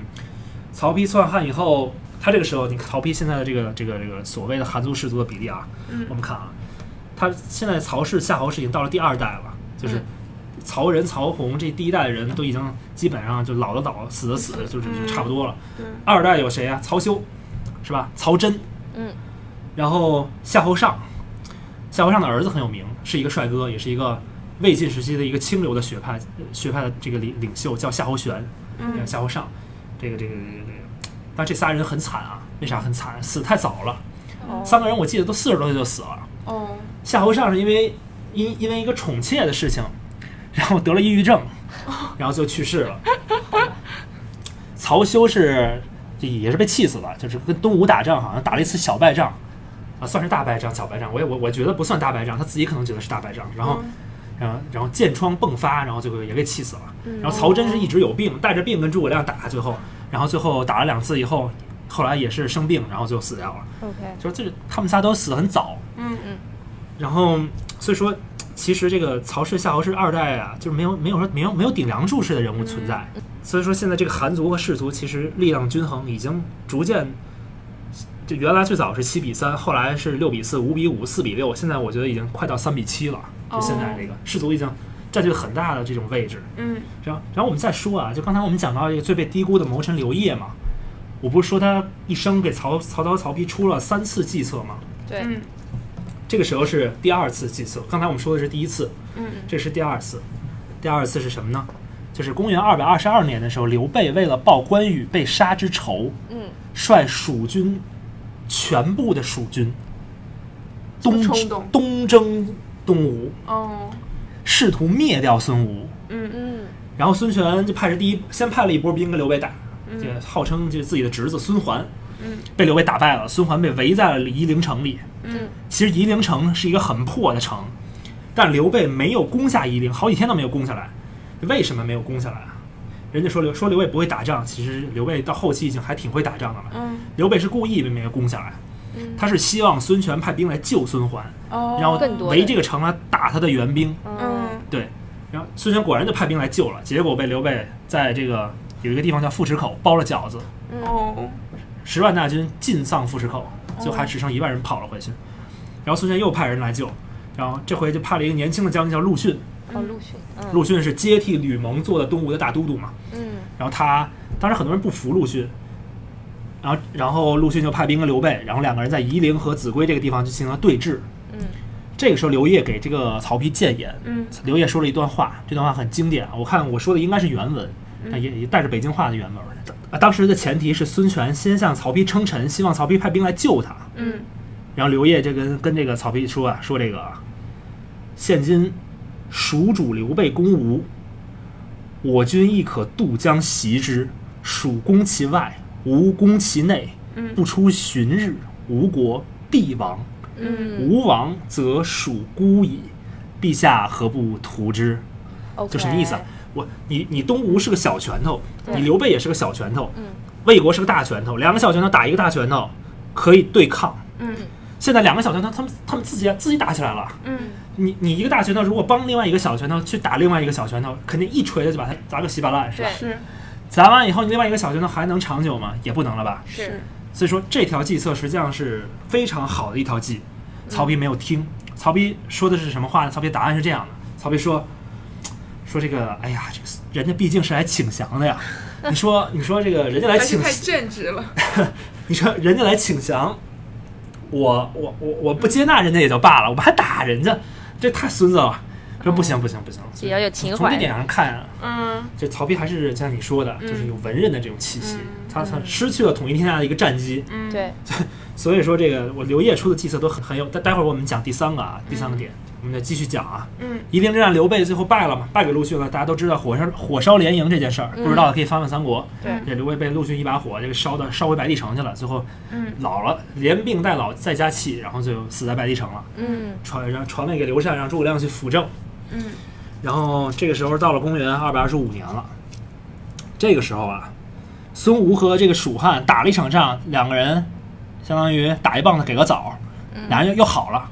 C: 曹丕篡汉以后，他这个时候，你看曹丕现在的这个这个这个所谓的韩族氏族的比例啊，
B: 嗯
C: 我们看啊，他现在曹氏夏侯氏已经到了第二代了，就是
B: 嗯
C: 曹仁、曹洪这第一代的人都已经基本上就老的老，死的死，就是就差不多了。
B: 嗯
C: 二代有谁啊？曹休，是吧？曹真，
A: 嗯，
C: 然后夏侯尚，夏侯尚的儿子很有名，是一个帅哥，也是一个魏晋时期的一个清流的学派学派的这个领领袖，叫夏侯玄，
B: 嗯
C: 夏侯尚，这个这个这个这个，但这仨人很惨啊，为啥很惨？死太早了，
A: 哦
C: 三个人我记得都四十多岁就死了。
B: 哦
C: 夏侯尚是因为因因为一个宠妾的事情，然后得了抑郁症，然后就去世了。曹休是这也是被气死了，就是跟东吴打仗，好像打了一次小败仗，啊，算是大败仗、小败仗，我也我我觉得不算大败仗，他自己可能觉得是大败仗，然后。然后，然后箭疮迸发，然后最后也给气死了。然后曹真是一直有病，带着病跟诸葛亮打，最后，然后最后打了两次以后，后来也是生病，然后就死掉了。
A: 哦 OK，
C: 就是这个他们仨都死得很早，
B: 嗯
A: 嗯，
C: 然后所以说，其实这个曹氏、夏侯氏二代啊，就是没有没有说没有没有顶梁柱式的人物存在，所以说现在这个韩族和氏族其实力量均衡已经逐渐，这原来最早是七比三，后来是六比四、五比五、四比六，现在我觉得已经快到三比七了，就现在这个氏族已经占据了很大的这种位置，
B: 嗯
C: 然后，然后我们再说啊，就刚才我们讲到这个最被低估的谋臣刘烨嘛，我不是说他一生给曹曹操、曹丕出了三次计策吗？
A: 对，
B: 嗯
C: 这个时候是第二次计策，刚才我们说的是第一次，
B: 嗯，
C: 这是第二次。第二次是什么呢？就是公元二百二十二年的时候，刘备为了报关羽被杀之仇，
A: 嗯，
C: 率蜀军全部的蜀军
B: 这
C: 东
B: 么冲动
C: 东征东吴，
B: 哦
C: 试图灭掉孙吴。
B: 嗯
A: 嗯
C: 然后孙权就派是第一，先派了一波兵跟刘备打，这个号称就是自己的侄子孙桓，
B: 嗯，
C: 被刘备打败了，孙桓被围在了夷陵城里。
B: 嗯，
C: 其实夷陵城是一个很破的城，但刘备没有攻下夷陵，好几天都没有攻下来。为什么没有攻下来啊？人家说刘说刘备不会打仗，其实刘备到后期已经还挺会打仗的了。
B: 嗯
C: 刘备是故意没有攻下来，他是希望孙权派兵来救孙桓，
B: 哦，
C: 然后
A: 更多的
C: 围这个城来打他的援兵。
A: 嗯
B: 嗯
C: 对，然后孙权果然就派兵来救了，结果被刘备在这个有一个地方叫富池口包了饺子，
B: 哦
C: 十万大军尽丧富池口，就
A: 哦
C: 还只剩一万人跑了回去。然后孙权又派人来救，然后这回就派了一个年轻的将军叫陆逊，
A: 哦，陆逊，嗯
C: 陆逊是接替吕蒙做的东吴的大都督嘛。
A: 嗯
C: 然后他当时很多人不服陆逊，然后然后陆逊就派兵跟刘备，然后两个人在夷陵和秭归这个地方就进行了对峙。
A: 嗯
C: 这个时候，刘烨给这个曹丕谏言，
B: 嗯
C: 刘烨说了一段话，这段话很经典啊。我看我说的应该是原文，但也也带着北京话的原文。呃啊，当时的前提是孙权先向曹丕称臣，希望曹丕派兵来救他。
B: 嗯
C: 然后刘烨就跟跟这个曹丕说啊，说这个现今蜀主刘备攻吴，我军亦可渡江袭之，蜀攻其外，吴攻其内，不出旬日，吴国必亡。
A: 嗯
C: 吴亡则蜀孤矣，陛下何不图之？
A: ，OK，
C: 就什么意思啊？我你你东吴是个小拳头，
A: 对
C: 你刘备也是个小拳头，
A: 嗯
C: 魏国是个大拳头，两个小拳头打一个大拳头可以对抗。
B: 嗯
C: 现在两个小拳头，他们他们自己自己打起来了。
B: 嗯，
C: 你你一个大拳头，如果帮另外一个小拳头去打另外一个小拳头，肯定一锤子就把它砸个稀巴烂，是吧
A: 对？
B: 是
C: 砸完以后，你另外一个小拳头还能长久吗？也不能了吧？
A: 是，
C: 所以说这条计策实际上是非常好的一条计。曹丕没有听，曹丕说的是什么话呢？曹丕答案是这样的：曹丕说，说这个，哎呀，这个人家毕竟是来请 降的呀。你说，你说这个人家来
B: 还是
C: 请，
B: 太正直了。
C: 你说人家来请降，我我我我不接纳人家也就罢了，我们还打人家，这太孙子了。说不行不行不行，
A: 比嗯较有情
C: 从这
A: 怀
C: 点上看啊，
B: 嗯
C: 这曹丕还是像你说
A: 嗯
C: 的，就是有文人的这种气息
B: 嗯，
C: 他他失去了统一天下的一个战机，
B: 嗯，
A: 对，
C: 所以说这个我刘烨出的计策都很很有。待待会儿我们讲第三个啊，第三个点，我们再继续讲啊。
B: 嗯，
C: 夷陵之战刘备最后败了嘛，败给陆逊了。大家都知道火烧火烧连营这件事儿，不知道的可以翻翻三国。
A: 对
C: 这刘备被陆逊一把火，这个烧到烧回白帝城去了，最后
B: 嗯
C: 老了，连病带老再加气，然后就死在白帝城了。
A: 嗯
C: 传让传位给刘禅，让诸葛亮去辅政。
B: 嗯，
C: 然后这个时候到了公元二百二十五年了，这个时候啊，孙吴和这个蜀汉打了一场仗，两个人相当于打一棒子给个枣，俩人又又好了。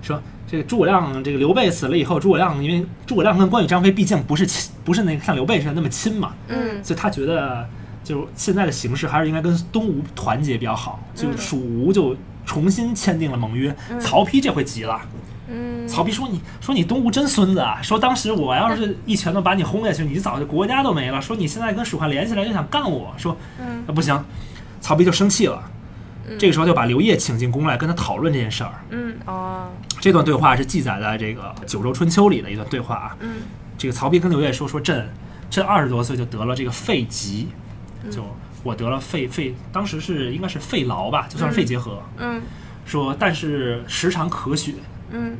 C: 说这个诸葛亮，这个刘备死了以后，诸葛亮因为诸葛亮跟关羽、张飞毕竟不是亲，不是那个像刘备似的那么亲嘛，
A: 嗯
C: 所以他觉得就是现在的形势还是应该跟东吴团结比较好，就
A: 嗯
C: 蜀吴就重新签订了盟约。曹丕这回急了，
A: 嗯，
C: 曹丕说你说你东吴真孙子啊！说当时我要是一拳头把你轰下去，你早就国家都没了。说你现在跟蜀汉联系来就想干我，说啊
B: 嗯
C: 那不行，曹丕就生气了。
A: 嗯
C: 这个时候就把刘烨请进宫来，跟他讨论这件事儿。
B: 嗯
A: 哦，
C: 这段对话是记载在这个《九州春秋》里的一段对话啊。
B: 嗯
C: 这个曹丕跟刘烨说说朕，朕二十多岁就得了这个肺疾，
B: 嗯
C: 就我得了肺肺，当时是应该是肺痨吧，就算是肺结核。
B: 嗯
C: 说但是时常咳血，
B: 嗯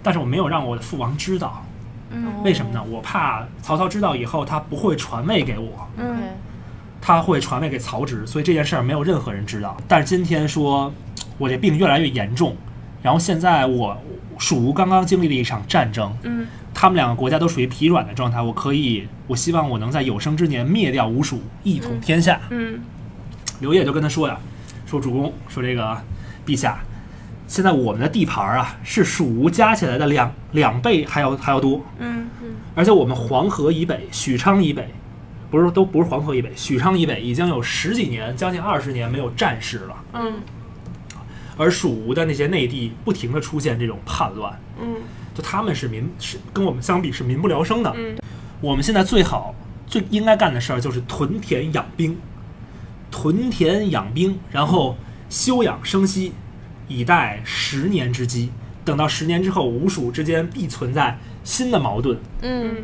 C: 但是我没有让我的父王知道。
B: 嗯
C: 为什么呢？我怕曹操知道以后，他不会传位给我，
B: 嗯，
C: 他会传位给曹植，所以这件事儿没有任何人知道。但是今天说，我这病越来越严重，然后现在我蜀吴刚刚经历了一场战争，
B: 嗯，
C: 他们两个国家都属于疲软的状态，我可以，我希望我能在有生之年灭掉吴蜀，一统天下。
B: 嗯
C: 刘烨就跟他说呀，说主公，说这个陛下，现在我们的地盘儿啊，是蜀吴加起来的两两倍还要还要多。
B: 嗯
C: 而且我们黄河以北、许昌以北，不是都不是黄河以北，许昌以北已经有十几年，将近二十年没有战事了。
B: 嗯
C: 而蜀吴的那些内地不停的出现这种叛乱，
B: 嗯
C: 就他们是民是跟我们相比是民不聊生的。
B: 嗯
C: 我们现在最好最应该干的事儿就是屯田养兵，屯田养兵，然后休养生息，以待十年之机。等到十年之后，吴蜀之间必存在新的矛盾，
A: 嗯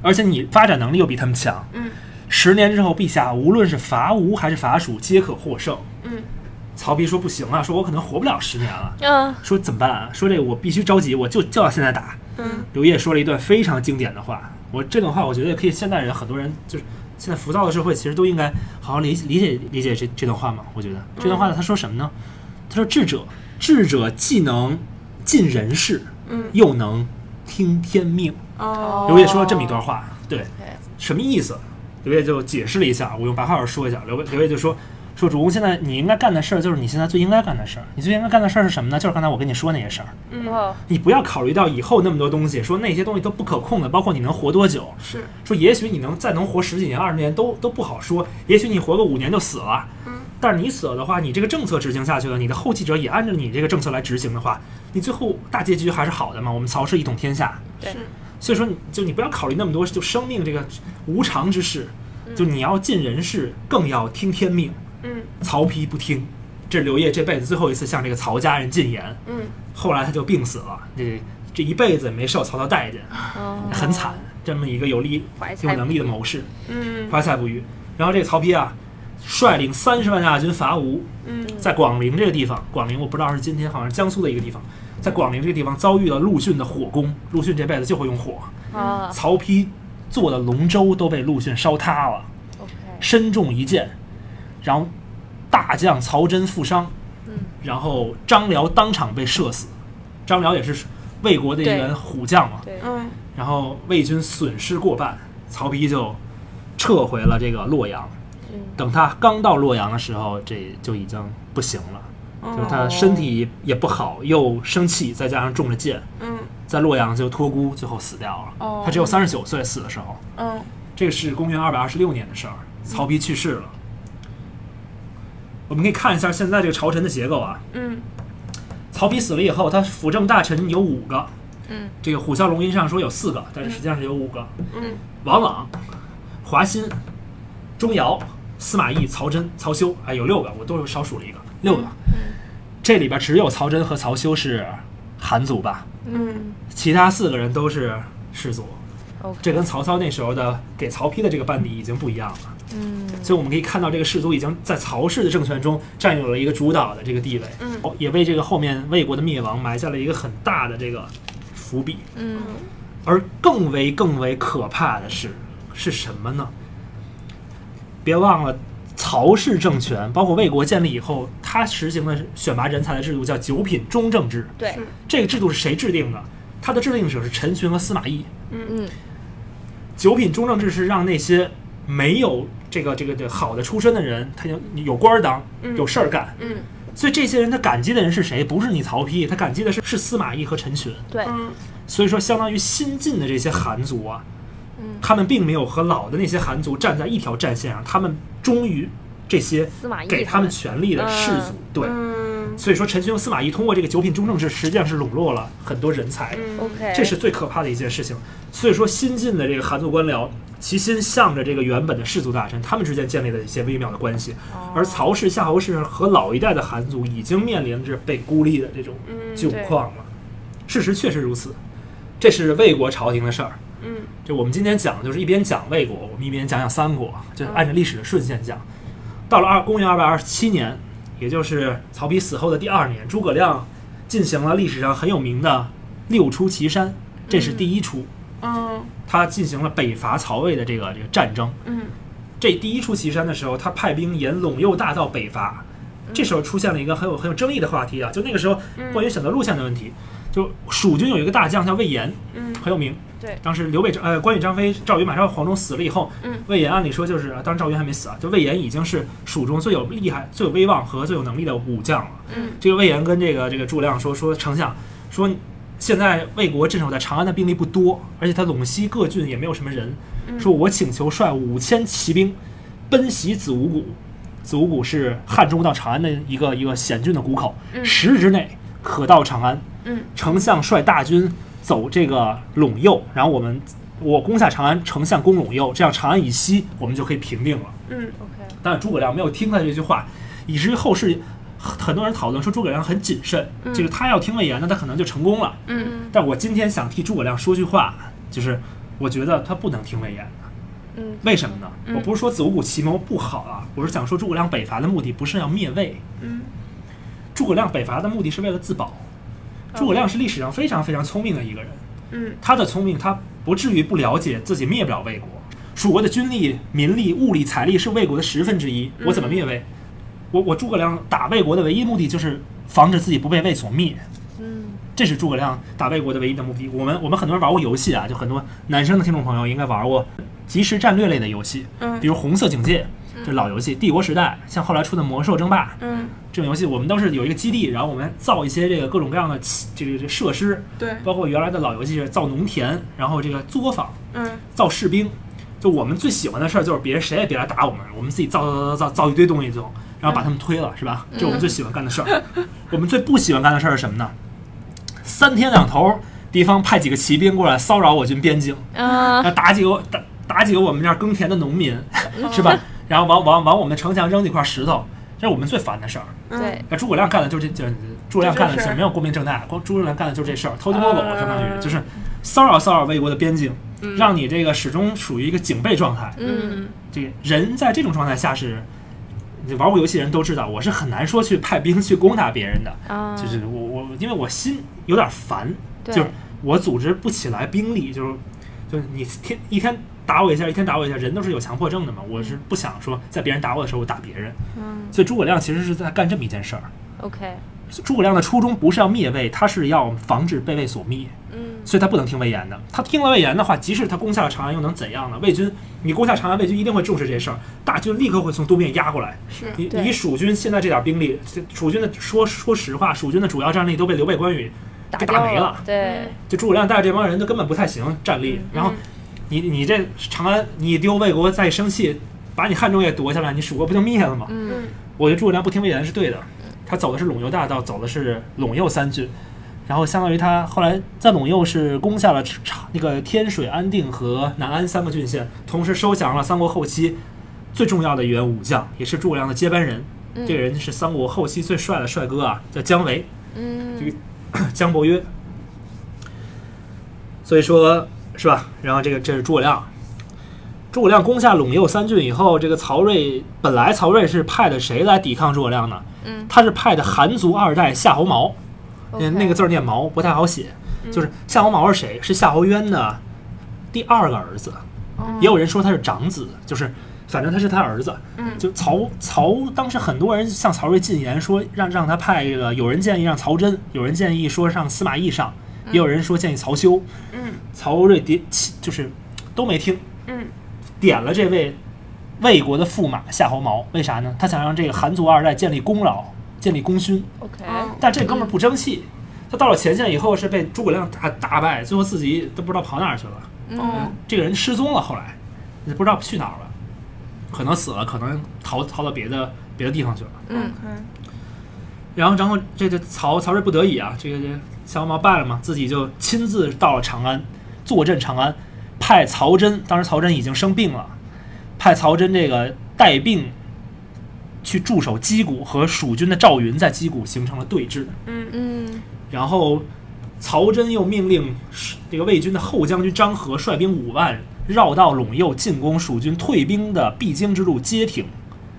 C: 而且你发展能力又比他们强，
B: 嗯，
C: 十年之后，陛下无论是伐吴还是伐蜀，皆可获胜。
B: 嗯，
C: 曹丕说不行啊，说我可能活不了十年了，
A: 嗯
C: 说怎么办啊？说这个我必须着急，我就就要现在打。
B: 嗯，
C: 刘烨说了一段非常经典的话，我这种话我觉得可以现代人很多人就是现在浮躁的社会，其实都应该好好理解理解理解这这段话嘛。我觉得这段
B: 嗯
C: 话他说什么呢？他说智者，智者既能尽人事，
B: 嗯，
C: 又能听天命。
B: 哦
C: 刘烨说了这么一段话，对，什么意思？刘烨就解释了一下，我用白话文说一下。刘备刘烨就说说主公，现在你应该干的事儿就是你现在最应该干的事儿。你最应该干的事儿是什么呢？就是刚才我跟你说那些事儿。
B: 嗯
A: 哦，
C: 你不要考虑到以后那么多东西，说那些东西都不可控的，包括你能活多久。
B: 是
C: 说也许你能再能活十几年、二十年都都不好说，也许你活个五年就死了。
B: 嗯，
C: 但是你死了的话，你这个政策执行下去了，你的后继者也按照你这个政策来执行的话，你最后大结局还是好的嘛？我们曹氏一统天下。
A: 对
B: 是
C: 所以说你就你不要考虑那么多，就生命这个无常之事，就你要尽人事，更要听天命。
B: 嗯
C: 曹丕不听，这是刘烨这辈子最后一次向这个曹家人进言，
B: 嗯
C: 后来他就病死了，这这一辈子也没受曹操待见，
B: 啊
A: 哦
C: 很惨，这么一个有力
A: 怀才
C: 有能力的谋士，
B: 嗯
C: 怀才不遇。然后这个曹丕啊，率领三十万大军伐吴，
B: 嗯，
C: 在广陵这个地方，广陵我不知道是今天好像是江苏的一个地方，在广陵这个地方遭遇了陆逊的火攻，陆逊这辈子就会用火，
A: 啊
C: 曹丕做的龙舟都被陆逊烧塌了，
A: ，OK，
C: 身中一箭，然后大将曹真负伤，
A: 嗯，
C: 然后张辽当场被射死，张辽也是魏国的一员
A: 对
C: 虎将嘛，
A: 对，
B: 嗯
C: 然后魏军损失过半，曹丕就撤回了这个洛阳。
A: 嗯
C: 等他刚到洛阳的时候，这就已经不行了，
A: 哦
C: 就
B: 嗯
C: 他身体也不好，又生气，再加上中了箭，
B: 嗯
C: 在洛阳就托孤，最后死掉了。
B: 哦
C: 他只有三十九岁死的时候，
B: 嗯
C: 这个是公元二百二十六年的事儿，曹丕去世了。我们可以看一下现在这个朝臣的结构啊。
B: 嗯
C: 曹丕死了以后，他辅政大臣有五个，
A: 嗯，
C: 这个《虎啸龙吟》上说有四个，但是实际上是有五个：
B: 嗯
C: 王朗、华歆、钟繇、司马懿、曹真、曹休，哎，有六个，我都少数了一个，六个。这里边只有曹真和曹休是韩族吧，
B: 嗯
C: 其他四个人都是氏族。
A: OK
C: 这跟曹操那时候的给曹丕的这个班底已经不一样了。
A: 嗯
C: 所以我们可以看到，这个氏族已经在曹氏的政权中占有了一个主导的这个地位，
B: 嗯
C: 哦，也为这个后面魏国的灭亡埋下了一个很大的这个伏笔。
A: 嗯
C: 而更为更为可怕的是，是什么呢？别忘了，曹氏政权包括魏国建立以后，它实行的选拔人才的制度叫九品中正制。
A: 对，
B: 是
C: 这个制度是谁制定的？它的制定者是陈群和司马懿。
A: 嗯
C: 九品中正制是让那些没有这个这个这个好的出身的人，他有有官儿当，
B: 嗯
C: 有事儿干。
B: 嗯
C: 所以这些人他感激的人是谁？不是你曹丕，他感激的是是司马懿和陈群。
A: 对，
B: 嗯
C: 所以说，相当于新进的这些韩族啊，
A: 嗯，
C: 他们并没有和老的那些韩族站在一条战线上，他们忠于这些
A: 司马懿
C: 给他们权力的氏族。对，
B: 嗯
C: 所以说陈群和司马懿通过这个九品中正制，实际上是笼络了很多人才的。
B: 嗯
A: OK，
C: 这是最可怕的一件事情。所以说，新进的这个韩族官僚，其心向着这个原本的氏族大臣，他们之间建立了一些微妙的关系。而曹氏、夏侯氏和老一代的韩族已经面临着被孤立的这种
B: 嗯
C: 窘况了。事实确实如此，这是魏国朝廷的事儿。
B: 嗯
C: 就我们今天讲，就是一边讲魏国，我们一边讲讲三国，就是按照历史的顺线讲。到了二公元二百二十七年，也就是曹丕死后的第二年，诸葛亮进行了历史上很有名的六出祁山，这是第一出，
B: 嗯
C: 他进行了北伐曹魏的这个这个战争。
B: 嗯
C: 这第一出祁山的时候，他派兵沿陇右大道北伐。这时候出现了一个很有很有争议的话题啊，就那个时候关于选择路线的问题。就蜀军有一个大将叫魏延，
B: 嗯
C: 很有名。
A: 对
C: 当时刘备、呃关羽、张飞、赵云马上黄忠死了以后，
B: 嗯
C: 魏延按理说就是，啊当然赵云还没死啊，就魏延已经是蜀中最有厉害、最有威望和最有能力的武将了。
B: 嗯，
C: 这个魏延跟这个这个诸葛亮说说丞相说，现在魏国镇守在长安的兵力不多，而且他陇西各郡也没有什么人，
B: 嗯
C: 说我请求率五千骑兵奔袭子午谷。子午谷是汉中到长安的一个一个险峻的谷口，
B: 嗯
C: 十日之内可到长安。
B: 嗯
C: 丞相率大军走这个陇右，然后我们我攻下长安，丞相攻陇右，这样长安以西我们就可以平定了。
B: 嗯
A: OK，
C: 但是诸葛亮没有听他这句话，以至于后世很很多人讨论说诸葛亮很谨慎，就是他要听魏延呢，他可能就成功了。
B: 嗯
C: 但我今天想替诸葛亮说句话，就是我觉得他不能听魏延的。
A: 嗯
C: 为什么呢？我不是说子午谷奇谋不好啊，我是想说诸葛亮北伐的目的不是要灭魏，
B: 嗯
C: 诸葛亮北伐的目的是为了自保。诸葛亮是历史上非常非常聪明的一个人，
B: 哦嗯
C: 他的聪明，他不至于不了解自己灭不了魏国。蜀国的军力、民力、物力、财力是魏国的十分之一，
B: 嗯
C: 我怎么灭魏？我我诸葛亮打魏国的唯一目的就是防止自己不被魏所灭，
A: 嗯
C: 这是诸葛亮打魏国的唯一的目的。我们我们很多人玩过游戏啊，就很多男生的听众朋友应该玩过即时战略类的游戏，
B: 嗯
C: 比如《红色警戒》，这是老游戏，帝国时代，像后来出的《魔兽争霸》，
B: 嗯，
C: 这种游戏，我们都是有一个基地，然后我们造一些这个各种各样的器这个这个设施，
B: 对，
C: 包括原来的老游戏是造农田，然后这个作坊、
B: 嗯
C: 造士兵。就我们最喜欢的事儿就是别人谁也别来打我们，我们自己造造造造造一堆东西就，然后把他们推了，是吧？这是我们最喜欢干的事儿。我们最不喜欢干的事儿是什么呢？三天两头儿敌方派几个骑兵过来骚扰我军边境，
A: 啊
C: 要打几个打打几个我们这儿耕田的农民，是吧？然后往往往我们的城墙扔几块石头，这是我们最烦的事儿。
B: 嗯
A: 对，
C: 呃那诸葛亮干的就是这，就是诸葛亮干的
B: 这
C: 是
B: 就是
C: 没有光明正大，光诸葛亮干的就是这事儿，偷鸡摸狗，
B: 啊
A: 呃
C: 相当于就是骚扰骚扰魏国的边境，让你这个始终属于一个警备状态。
A: 嗯
C: 这个人在这种状态下是你玩过游戏的人都知道，我是很难说去派兵去攻打别人的，
A: 啊，
C: 就是我我因为我心有点烦，
A: 对
C: 就是我组织不起来兵力，就是就是你天一天打我一下，一天打我一下，人都是有强迫症的嘛，我是不想说在别人打我的时候我打别人，
A: 嗯
C: 所以诸葛亮其实是在干这么一件事儿。
A: ，OK，
C: 诸葛亮的初衷不是要灭魏，他是要嗯防止被魏所灭，
A: 嗯
C: 所以他不能听魏延的。他听了魏延的话，即使他攻下了长安，又能怎样呢？魏军，你攻下长安，魏军一定会重视这事儿，大军立刻会从东面压过来。
B: 是
C: 你
A: 对
C: 以蜀军 现在这点兵力，这蜀军的说说实话，蜀军的主要战力都被刘备、关羽给
A: 掉
C: 打没了。
A: 对，
C: 就诸葛亮带着这帮人都根本不太行战力。
B: 嗯
C: 然后你你这长安你一丢，魏国再生气，把你汉中也夺下来，你蜀国不就灭了吗？
A: 嗯
C: 我觉得诸葛亮不听魏延是对的，他走的是陇右大道，走的是陇右三郡，然后相当于他后来在陇右是攻下了长那个天水、安定和南安三个郡县，同时收降了三国后期最重要的一员武将，也是诸葛亮的接班人。
A: 嗯
C: 这个人是三国后期最帅的帅哥啊，叫姜维，
A: 嗯，
C: 这个姜伯约。所以说，是吧？然后这个这是诸葛亮，诸葛亮攻下陇右三郡以后，这个曹睿本来曹睿是派的谁来抵抗诸葛亮呢？
A: 嗯
C: 他是派的韩族二代夏侯毛，
A: OK
C: 嗯，那个字儿念毛不太好写，就是夏侯毛是谁？是夏侯渊的第二个儿子，也有人说他是长子，就是反正他是他儿子。
B: 嗯
C: 就曹曹当时很多人向曹睿进言说让让他派这个，有人建议让曹真，有人建议说让司马懿上，也有人说建议曹休。
B: 嗯
C: 曹睿点起就是都没听，
B: 嗯
C: 点了这位魏国的驸马夏侯毛，为啥呢？他想让这个韩族二代建立功劳，建立功勋。
A: OK，
B: 哦
C: 但这哥们儿不争气，他到了前线以后是被诸葛亮大大败，最后自己都不知道跑哪儿去了。
A: 嗯
B: 哦
C: 这个人失踪了，后来也不知道去哪儿了，可能死了，可能逃逃到别的别的地方去了。
A: 嗯
B: OK
C: 然后，然后这这曹曹睿不得已啊，这个这小毛败了嘛，自己就亲自到了长安，坐镇长安，派曹真，当时曹真已经生病了，派曹真这个带病去驻守击鼓，和蜀军的赵云在击鼓形成了对峙。
B: 嗯
A: 嗯
C: 然后曹真又命令这个魏军的后将军张合率兵五万绕道陇右进攻蜀军退兵的必经之路街亭。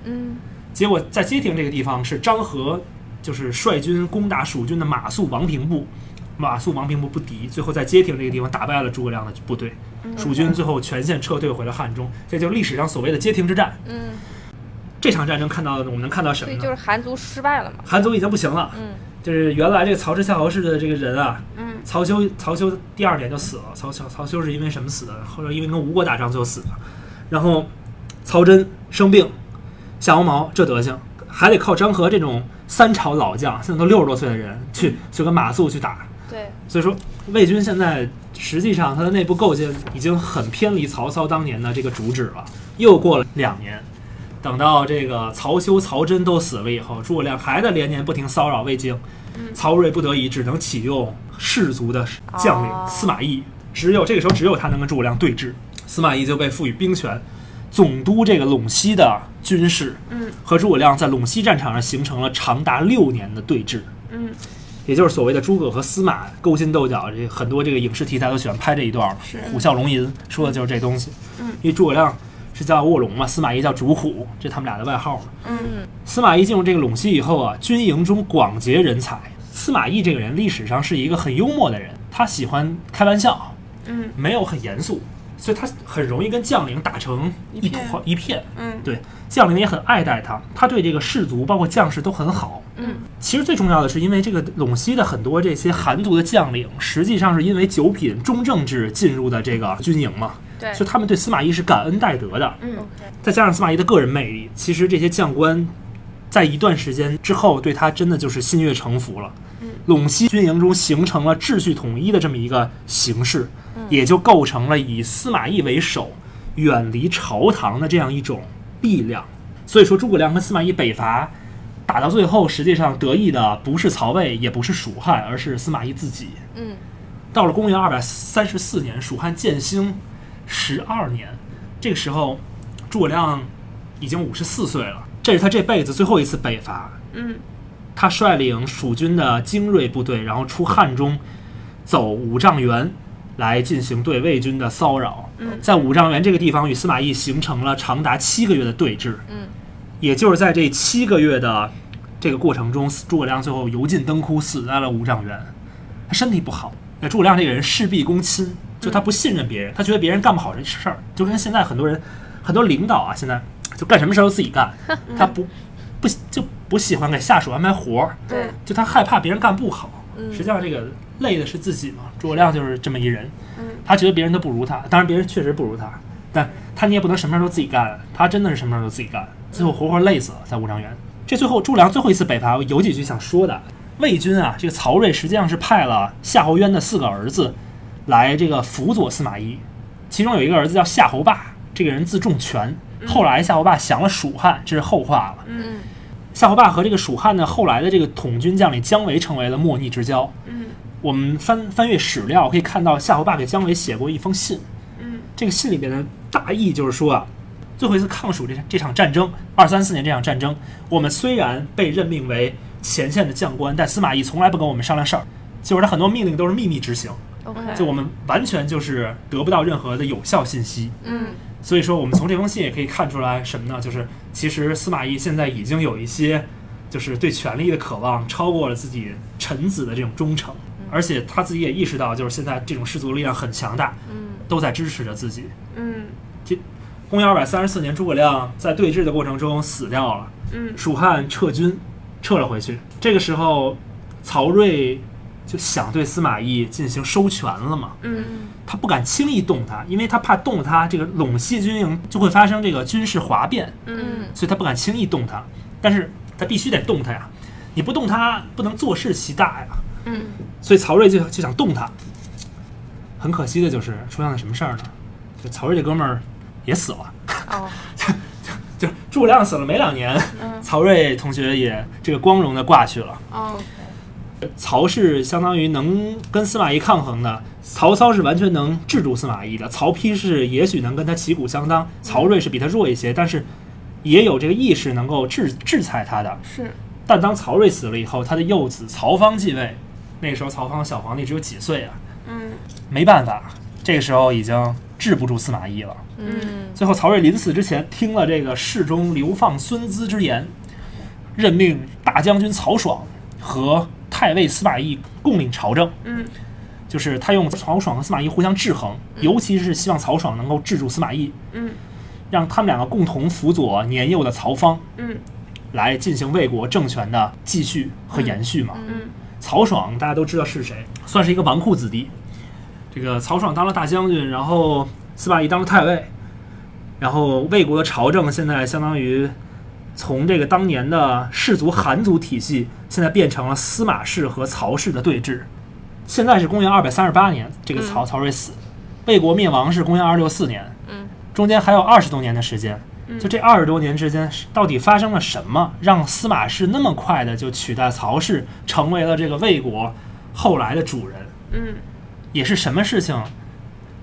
A: 嗯
C: 结果在街亭这个地方是张合就是率军攻打蜀军的马谡王平部，马谡王平部不敌，最后在街亭这个地方打败了诸葛亮的部队，
A: 嗯
C: 蜀军最后全线撤退回了汉中，这就是历史上所谓的街亭之战。
A: 嗯，
C: 这场战争看到的我们能看到什
A: 所
C: 么
A: 以就
C: 呢
A: 是？韩族失败了嘛，
C: 韩族已经不行了，
A: 嗯
C: 就是原来这个曹氏夏侯氏的这个人啊，
B: 嗯
C: 曹休曹休第二年就死了，曹曹曹休是因为什么死的？后来因为跟吴国打仗最后死的。然后曹真生病，夏侯毛这德行，还得靠张合这种三朝老将，现在都六十多岁的人去去跟马谡去打。
A: 嗯对，
C: 所以说，魏军现在实际上它的内部构建已经很偏离曹操当年的这个主旨了。又过了两年，等到这个曹休、曹真都死了以后，诸葛亮还在连年不停骚扰魏京，曹睿不得已只能启用士族的将领
A: 哦
C: 司马懿，只有这个时候只有他能跟诸葛亮对峙。司马懿就被赋予兵权，总督这个陇西的军事，
B: 嗯，
C: 和诸葛亮在陇西战场上形成了长达六年的对峙。
B: 嗯
C: 也就是所谓的诸葛和司马勾心斗角，这很多这个影视题材都喜欢拍这一段儿
B: 是
C: 虎啸龙吟说的就是这东西。
B: 嗯
C: 因为诸葛亮是叫卧龙嘛，司马懿叫主虎，这他们俩的外号嘛。
B: 嗯
C: 司马懿进入这个陇西以后啊，军营中广结人才。司马懿这个人历史上是一个很幽默的人，他喜欢开玩笑，
B: 嗯
C: 没有很严肃，所以他很容易跟将领打成
B: 一
C: 一
B: 片
C: 团一片。
B: 嗯
C: 对，将领也很爱戴他，他对这个士卒包括将士都很好。
B: 嗯，
C: 其实最重要的是，因为这个陇西的很多这些韩族的将领，实际上是因为九品中正制进入的这个军营嘛，
A: 对
C: 所以他们对司马懿是感恩戴德的。
B: 嗯
C: 再加上司马懿的个人魅力，其实这些将官在一段时间之后，对他真的就是心悦诚服了。陇西军营中形成了秩序统一的这么一个形式，也就构成了以司马懿为首，远离朝堂的这样一种力量。所以说，诸葛亮跟司马懿北伐打到最后，实际上得意的不是曹魏，也不是蜀汉，而是司马懿自己。
A: 嗯
C: 到了公元二百三十四年，蜀汉建兴十二年，这个时候诸葛亮已经五十四岁了，这是他这辈子最后一次北伐。
B: 嗯
C: 他率领蜀军的精锐部队，然后出汉中，走五丈原来进行对魏军的骚扰。在五丈原这个地方，与司马懿形成了长达七个月的对峙。
A: 嗯
C: 也就是在这七个月的这个过程中，诸葛亮最后油尽灯枯，死在了五丈原。他身体不好，那诸葛亮这个人事必躬亲，就他不信任别人，他觉得别人干不好这事儿，就跟现在很多人很多领导啊，现在就干什么事儿都自己干，
A: 嗯
C: 他不不就不喜欢给下属安排活儿，
A: 对，
C: 就他害怕别人干不好。
A: 嗯
C: 实际上这个累的是自己嘛。诸葛亮就是这么一人
E: 嗯，
C: 他觉得别人都不如他，当然别人确实不如他，但他你也不能什么事儿都自己干，他真的是什么事儿都自己干，最后活活累死了在五丈原。这最后诸葛亮最后一次北伐，我有几句想说的。魏军啊，这个曹睿实际上是派了夏侯渊的四个儿子来这个辅佐司马懿，其中有一个儿子叫夏侯霸，这个人字仲权，后来夏侯霸降了蜀汉，这是后话了。
A: 嗯
C: 夏侯霸和这个蜀汉的后来的这个统军将领姜维成为了莫逆之交。
E: 嗯，
C: 我们翻翻阅史料可以看到，夏侯霸给姜维写过一封信。
E: 嗯，
C: 这个信里边的大意就是说啊，最后一次抗蜀这这场战争，二三四年这场战争，我们虽然被任命为前线的将官，但司马懿从来不跟我们商量事儿，就是他很多命令都是秘密执行，
A: ，OK，
C: 就我们完全就是得不到任何的有效信息。
A: 嗯
C: 所以说，我们从这封信也可以看出来什么呢？就是其实司马懿现在已经有一些，就是对权力的渴望超过了自己臣子的这种忠诚，而且他自己也意识到，就是现在这种氏族力量很强大，
A: 嗯
C: 都在支持着自己。
E: 嗯
C: 公元二百三十四年，诸葛亮在对峙的过程中死掉了，
E: 嗯
C: 蜀汉撤军，撤了回去。这个时候，曹睿就想对司马懿进行收权了嘛。
E: 嗯
C: 他不敢轻易动他，因为他怕动他，这个陇西军营就会发生这个军事哗变，
A: 嗯
C: 所以他不敢轻易动他。但是他必须得动他呀，你不动他不能坐视其大呀。
E: 嗯，
C: 所以曹睿就就想动他。很可惜的就是出现了什么事儿呢？就曹睿这哥们儿也死了，
A: 哦，
C: 就诸葛亮死了没两年， 曹睿同学也这个光荣的挂去了。
E: 哦，
C: 曹是相当于能跟司马懿抗衡的，曹操是完全能制住司马懿的，曹丕是也许能跟他旗鼓相当，曹睿是比他弱一些，但是也有这个意识能够制制裁他的。
E: 是，
C: 但当曹睿死了以后，他的幼子曹芳继位，那个时候曹芳小皇帝只有几岁啊，
E: 嗯
C: 没办法，这个时候已经治不住司马懿了。
A: 嗯
C: 最后，曹睿临死之前听了这个侍中流放孙资之言，任命大将军曹爽和太尉司马懿共领朝政。
E: 嗯，
C: 就是他用曹爽和司马懿互相制衡，尤其是希望曹爽能够制住司马懿，
E: 嗯
C: 让他们两个共同辅佐年幼的曹芳，
E: 嗯
C: 来进行魏国政权的继续和延续嘛。
E: 嗯
C: 曹爽大家都知道是谁，算是一个纨绔子弟。这个曹爽当了大将军，然后司马懿当了太尉，然后魏国的朝政现在相当于从这个当年的氏族韩族体系，现在变成了司马氏和曹氏的对峙。现在是公元二百三十八年，这个曹曹睿死，魏国灭亡是公元二六四年，
A: 嗯，
C: 中间还有二十多年的时间。就这二十多年之间，到底发生了什么，让司马氏那么快的就取代曹氏，成为了这个魏国后来的主人？
E: 嗯
C: 也是什么事情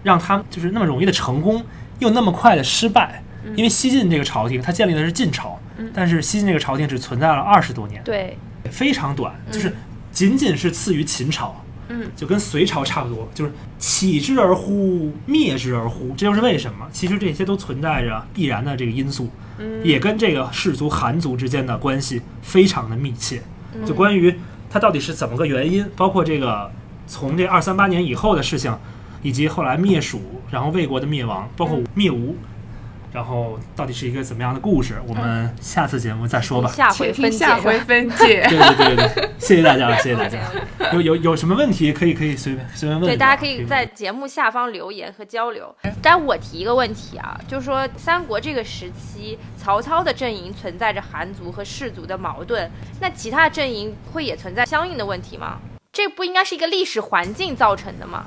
C: 让他就是那么容易的成功，又那么快的失败？因为西晋这个朝廷，它建立的是晋朝，但是西晋这个朝廷只存在了二十多年，
A: 对，
C: 非常短，就是仅仅是次于秦朝，
E: 嗯，
C: 就跟隋朝差不多，就是起之而乎，灭之而乎，这就是为什么。其实这些都存在着必然的这个因素，
E: 嗯
C: 也跟这个氏族、韩族之间的关系非常的密切。
A: 嗯
C: 就关于它到底是怎么个原因，包括这个从这二三八年以后的事情，以及后来灭蜀，然后魏国的灭亡，包
A: 嗯
C: 括灭吴。然后到底是一个怎么样的故事？我们下次节目再说吧。
A: 嗯下回
B: 请
A: 分
B: 听
A: 解
B: 下回分 解。
C: 对对对对，谢谢大家，谢谢大家。有有有什么问题可以可以随便随便问一下。
A: 对，大家可以在节目下方留言和交流。但我提一个问题啊，就是说三国这个时期，曹操的阵营存在着韩族和氏族的矛盾，那其他阵营会也存在相应的问题吗？这不应该是一个历史环境造成的吗？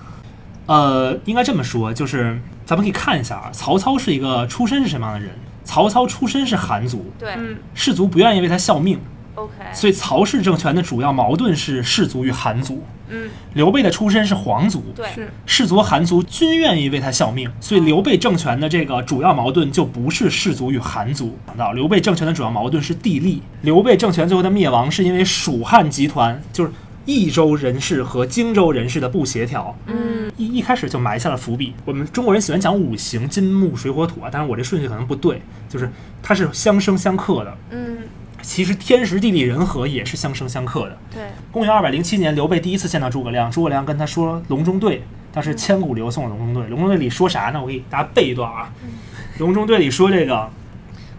C: 呃，应该这么说，就是咱们可以看一下啊，曹操是一个出身是什么样的人？曹操出身是韩族，
A: 对、
E: 嗯
C: 氏族不愿意为他效命，
A: o k
C: 所以曹氏政权的主要矛盾是氏族与韩族。
E: 嗯
C: 刘备的出身是皇族，
A: 对，
B: 嗯
E: 是
C: 氏族、韩族均愿意为他效命，所以刘备政权的这个主要矛盾就不是氏族与韩族。讲到刘备政权的主要矛盾是地利，刘备政权最后的灭亡是因为蜀汉集团就是。益州人士和荆州人士的不协调，
A: 嗯
C: 一一开始就埋下了伏笔。我们中国人喜欢讲五行金木水火土啊，当然我这顺序可能不对，就是它是相生相克的。
A: 嗯，
C: 其实天时地利人和也是相生相克的。
A: 对，
C: 公元二百零七年，刘备第一次见到诸葛亮，诸葛亮跟他说隆中对，当时千古流送隆中对。隆中对里说啥呢？我给大家背一段啊。隆中对里说这个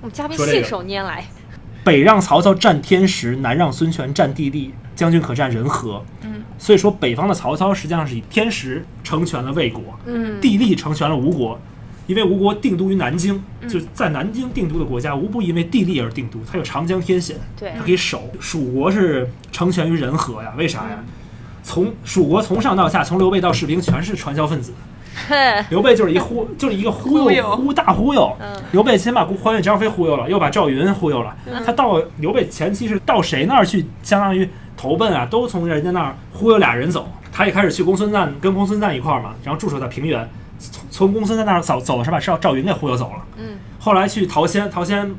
A: 我们嘉宾
C: 说这
A: 信
C: 个
A: 手拈 来，
C: 北让曹操占天时，南让孙权占地利，将军可占人和。
B: 嗯，
C: 所以说北方的曹操实际上是以天时成全了魏国，
A: 嗯
C: 地利成全了吴国。因为吴国定都于南京，
A: 嗯
C: 就是在南京定都的国家，无不因为地利而定都。它有长江天险，
A: 对
C: 它可以守。蜀国是成全于人和呀，为啥呀？从蜀国从上到下，从刘备到士兵，全是传销分子。
A: 哼，
C: 刘备就是一忽，就是一个忽悠
B: 忽悠
C: 忽大忽悠。
A: 嗯
C: 刘备先把关羽、张飞忽悠了，又把赵云忽悠了。
B: 嗯
C: 他到刘备前期是到谁那儿去，相当于投奔啊，都从人家那儿忽悠俩人走。他一开始去公孙瓒，跟公孙瓒一块儿嘛，然后驻守在平原。从从公孙瓒那儿走走的时候，把赵赵云给忽悠走了。
A: 嗯，
C: 后来去陶谦，陶谦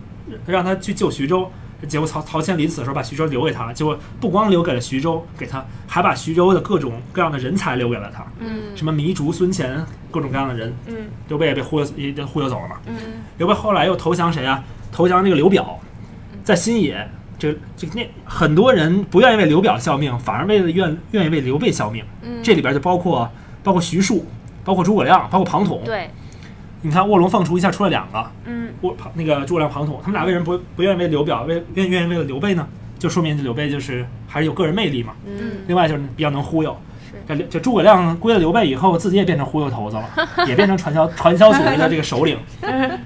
C: 让他去救徐州，结果曹陶谦临死的时候把徐州留给他了，结果不光留给了徐州给他，还把徐州的各种各样的人才留给了他。
A: 嗯
C: 什么糜竺、孙乾，各种各样的人，
B: 嗯，
C: 刘备也被忽悠，也也忽悠走了嘛。
A: 嗯
C: 刘备后来又投降谁啊？投降这个刘表，
A: 嗯
C: 在新野，这这那很多人不愿意为刘表效命，反而为了愿愿意为刘备效命。
A: 嗯，
C: 这里边就包括包括徐庶，包括诸葛亮，包括庞统。
A: 对，
C: 你看卧龙凤雏一下出了两个，
B: 嗯
C: 我庞那个诸葛亮、庞统，他们俩为什么不不愿意为刘表，为愿愿意为了刘备呢？就说明这刘备就是还是有个人魅力嘛。
A: 嗯
C: 另外就是比较能忽悠
A: 是。
C: 这刘这诸葛亮归了刘备以后，自己也变成忽悠头子了，也变成传销传销组织的这个首领，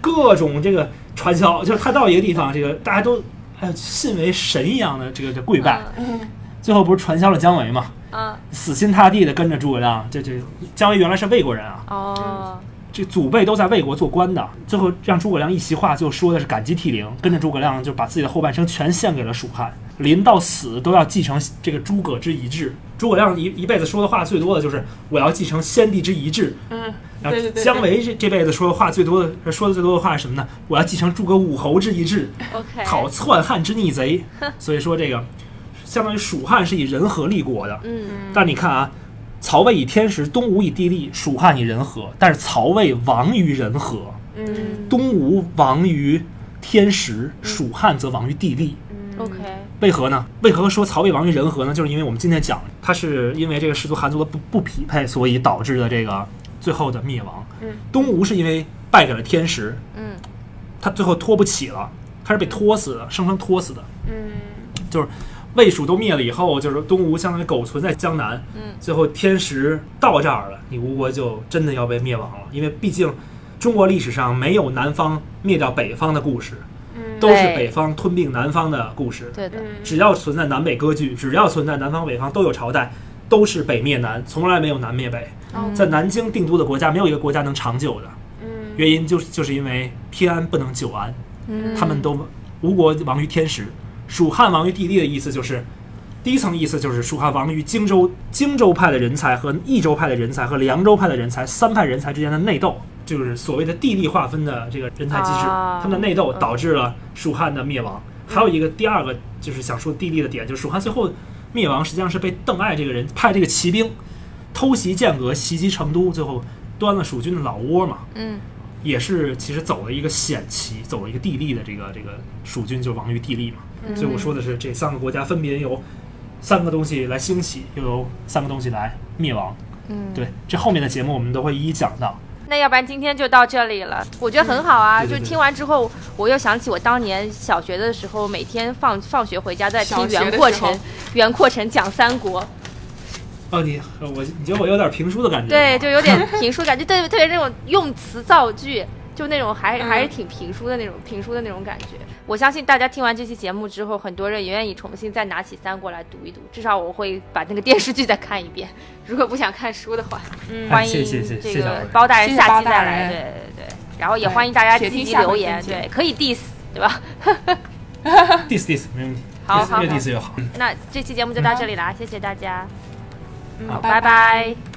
C: 各种这个传销，就是他到一个地方，这个大家都哎呦信为神一样的这个这跪拜，
B: 嗯
C: 最后不是传销了姜维嘛，
A: 啊
C: 死心塌地的跟着诸葛亮，这这姜维原来是魏国人啊，
A: 哦，
C: 这祖辈都在魏国做官的，最后让诸葛亮一席话就说的是感激涕零，跟着诸葛亮就把自己的后半生全献给了蜀汉，临到死都要继承这个诸葛之遗志。诸葛亮一一辈子说的话最多的就是我要继承先帝之遗志，
B: 嗯，
C: 然后
B: 对对对，
C: 姜维这这辈子说的话最多的说的最多的话是什么呢？我要继承诸葛武侯之遗志，
A: OK，
C: 讨篡汉之逆贼。所以说这个相当于蜀汉是以人和立国的，
A: 嗯
C: 但你看啊，曹魏以天时，东吴以地利，蜀汉以人和，但是曹魏亡于人和，
B: 嗯
A: 嗯
C: 东吴亡于天时，蜀汉则亡于地利。
B: 嗯
A: ，OK，
C: 为何呢？为何说曹魏亡于人和呢？就是因为我们今天讲，它是因为这个氏族韩族的不不匹配，所以导致的这个最后的灭亡。
B: 嗯，
C: 东吴是因为败给了天时，
A: 嗯
C: 他最后拖不起了，他是被拖死的，生生拖死的。
B: 嗯
C: 就是魏蜀都灭了以后，就是东吴相当于苟存在江南。
A: 嗯
C: 最后天时到这儿了，你吴国就真的要被灭亡了，因为毕竟中国历史上没有南方灭掉北方的故事，
B: 嗯
C: 都是
A: 对
C: 北方吞并南方的故事。
A: 对的，
B: 嗯
C: 只要存在南北割据，只要存在南方北方都有朝代，都是北灭南，从来没有南灭北。
B: 哦
A: 嗯
C: 在南京定都的国家，没有一个国家能长久的，
B: 嗯
C: 原因就是就是因为偏安不能久安，
A: 嗯
C: 他们都吴国亡于天时，蜀汉亡于地利的意思就是，第一层意思就是蜀汉亡于荆州，荆州派的人才和益州派的人才和凉州派的人才三派人才之间的内斗，就是所谓的地利划分的这个人才机制，
A: 啊
C: 他们的内斗
A: 嗯
C: 导致了蜀汉的灭亡。还有一个第二个就是想说地利的点，就是蜀汉最后灭亡实际上是被邓艾这个人派这个骑兵偷袭剑阁，袭击成都，最后端了蜀军的老窝嘛。
A: 嗯
C: 也是其实走了一个险棋，走了一个地利的这个这个蜀军就亡于地利嘛。
A: 嗯
C: 所以我说的是这三个国家分别由三个东西来兴起，又由三个东西来灭亡。
A: 嗯。
C: 对，这后面的节目我们都会一一讲到。
A: 那要不然今天就到这里了，我觉得很好啊。
C: 嗯对对对
A: 就听完之后，我又想起我当年小学的时候，每天放放学回家在听
B: 小学的
A: 袁阔
B: 时候嗯
A: 成，袁阔成讲三国，
C: 哦，你呃我你觉得我有点评书的感觉？
A: 对，就有点评书感觉，对，特别那种用词造句，就那种还
B: 嗯
A: 还是挺评书的那种评书的那种感觉。我相信大家听完这期节目之后，很多人也愿意重新再拿起三国来读一读，至少我会把那个电视剧再看一遍。如果不想看书的话，
B: 嗯
A: 欢
C: 哎谢
A: 迎
C: 谢谢谢
A: 这
C: 谢老
A: 个
C: 师
A: 包大人
B: 谢谢
A: 下
B: 包
A: 期
B: 大
A: 再来，
B: 人
A: 对对对，然后也
B: 对
A: 欢迎大家
B: 且
A: 积
B: 听
A: 极
B: 下
A: 留
B: 回
A: 言，
B: 分解
A: 对，可以 diss，对吧？
C: diss diss 没问题，
A: 好好好
C: 越 diss 越好。
A: 那这期节目就到这里啦，谢谢大家，
B: 嗯
C: 好
A: 拜
B: 拜。
A: 拜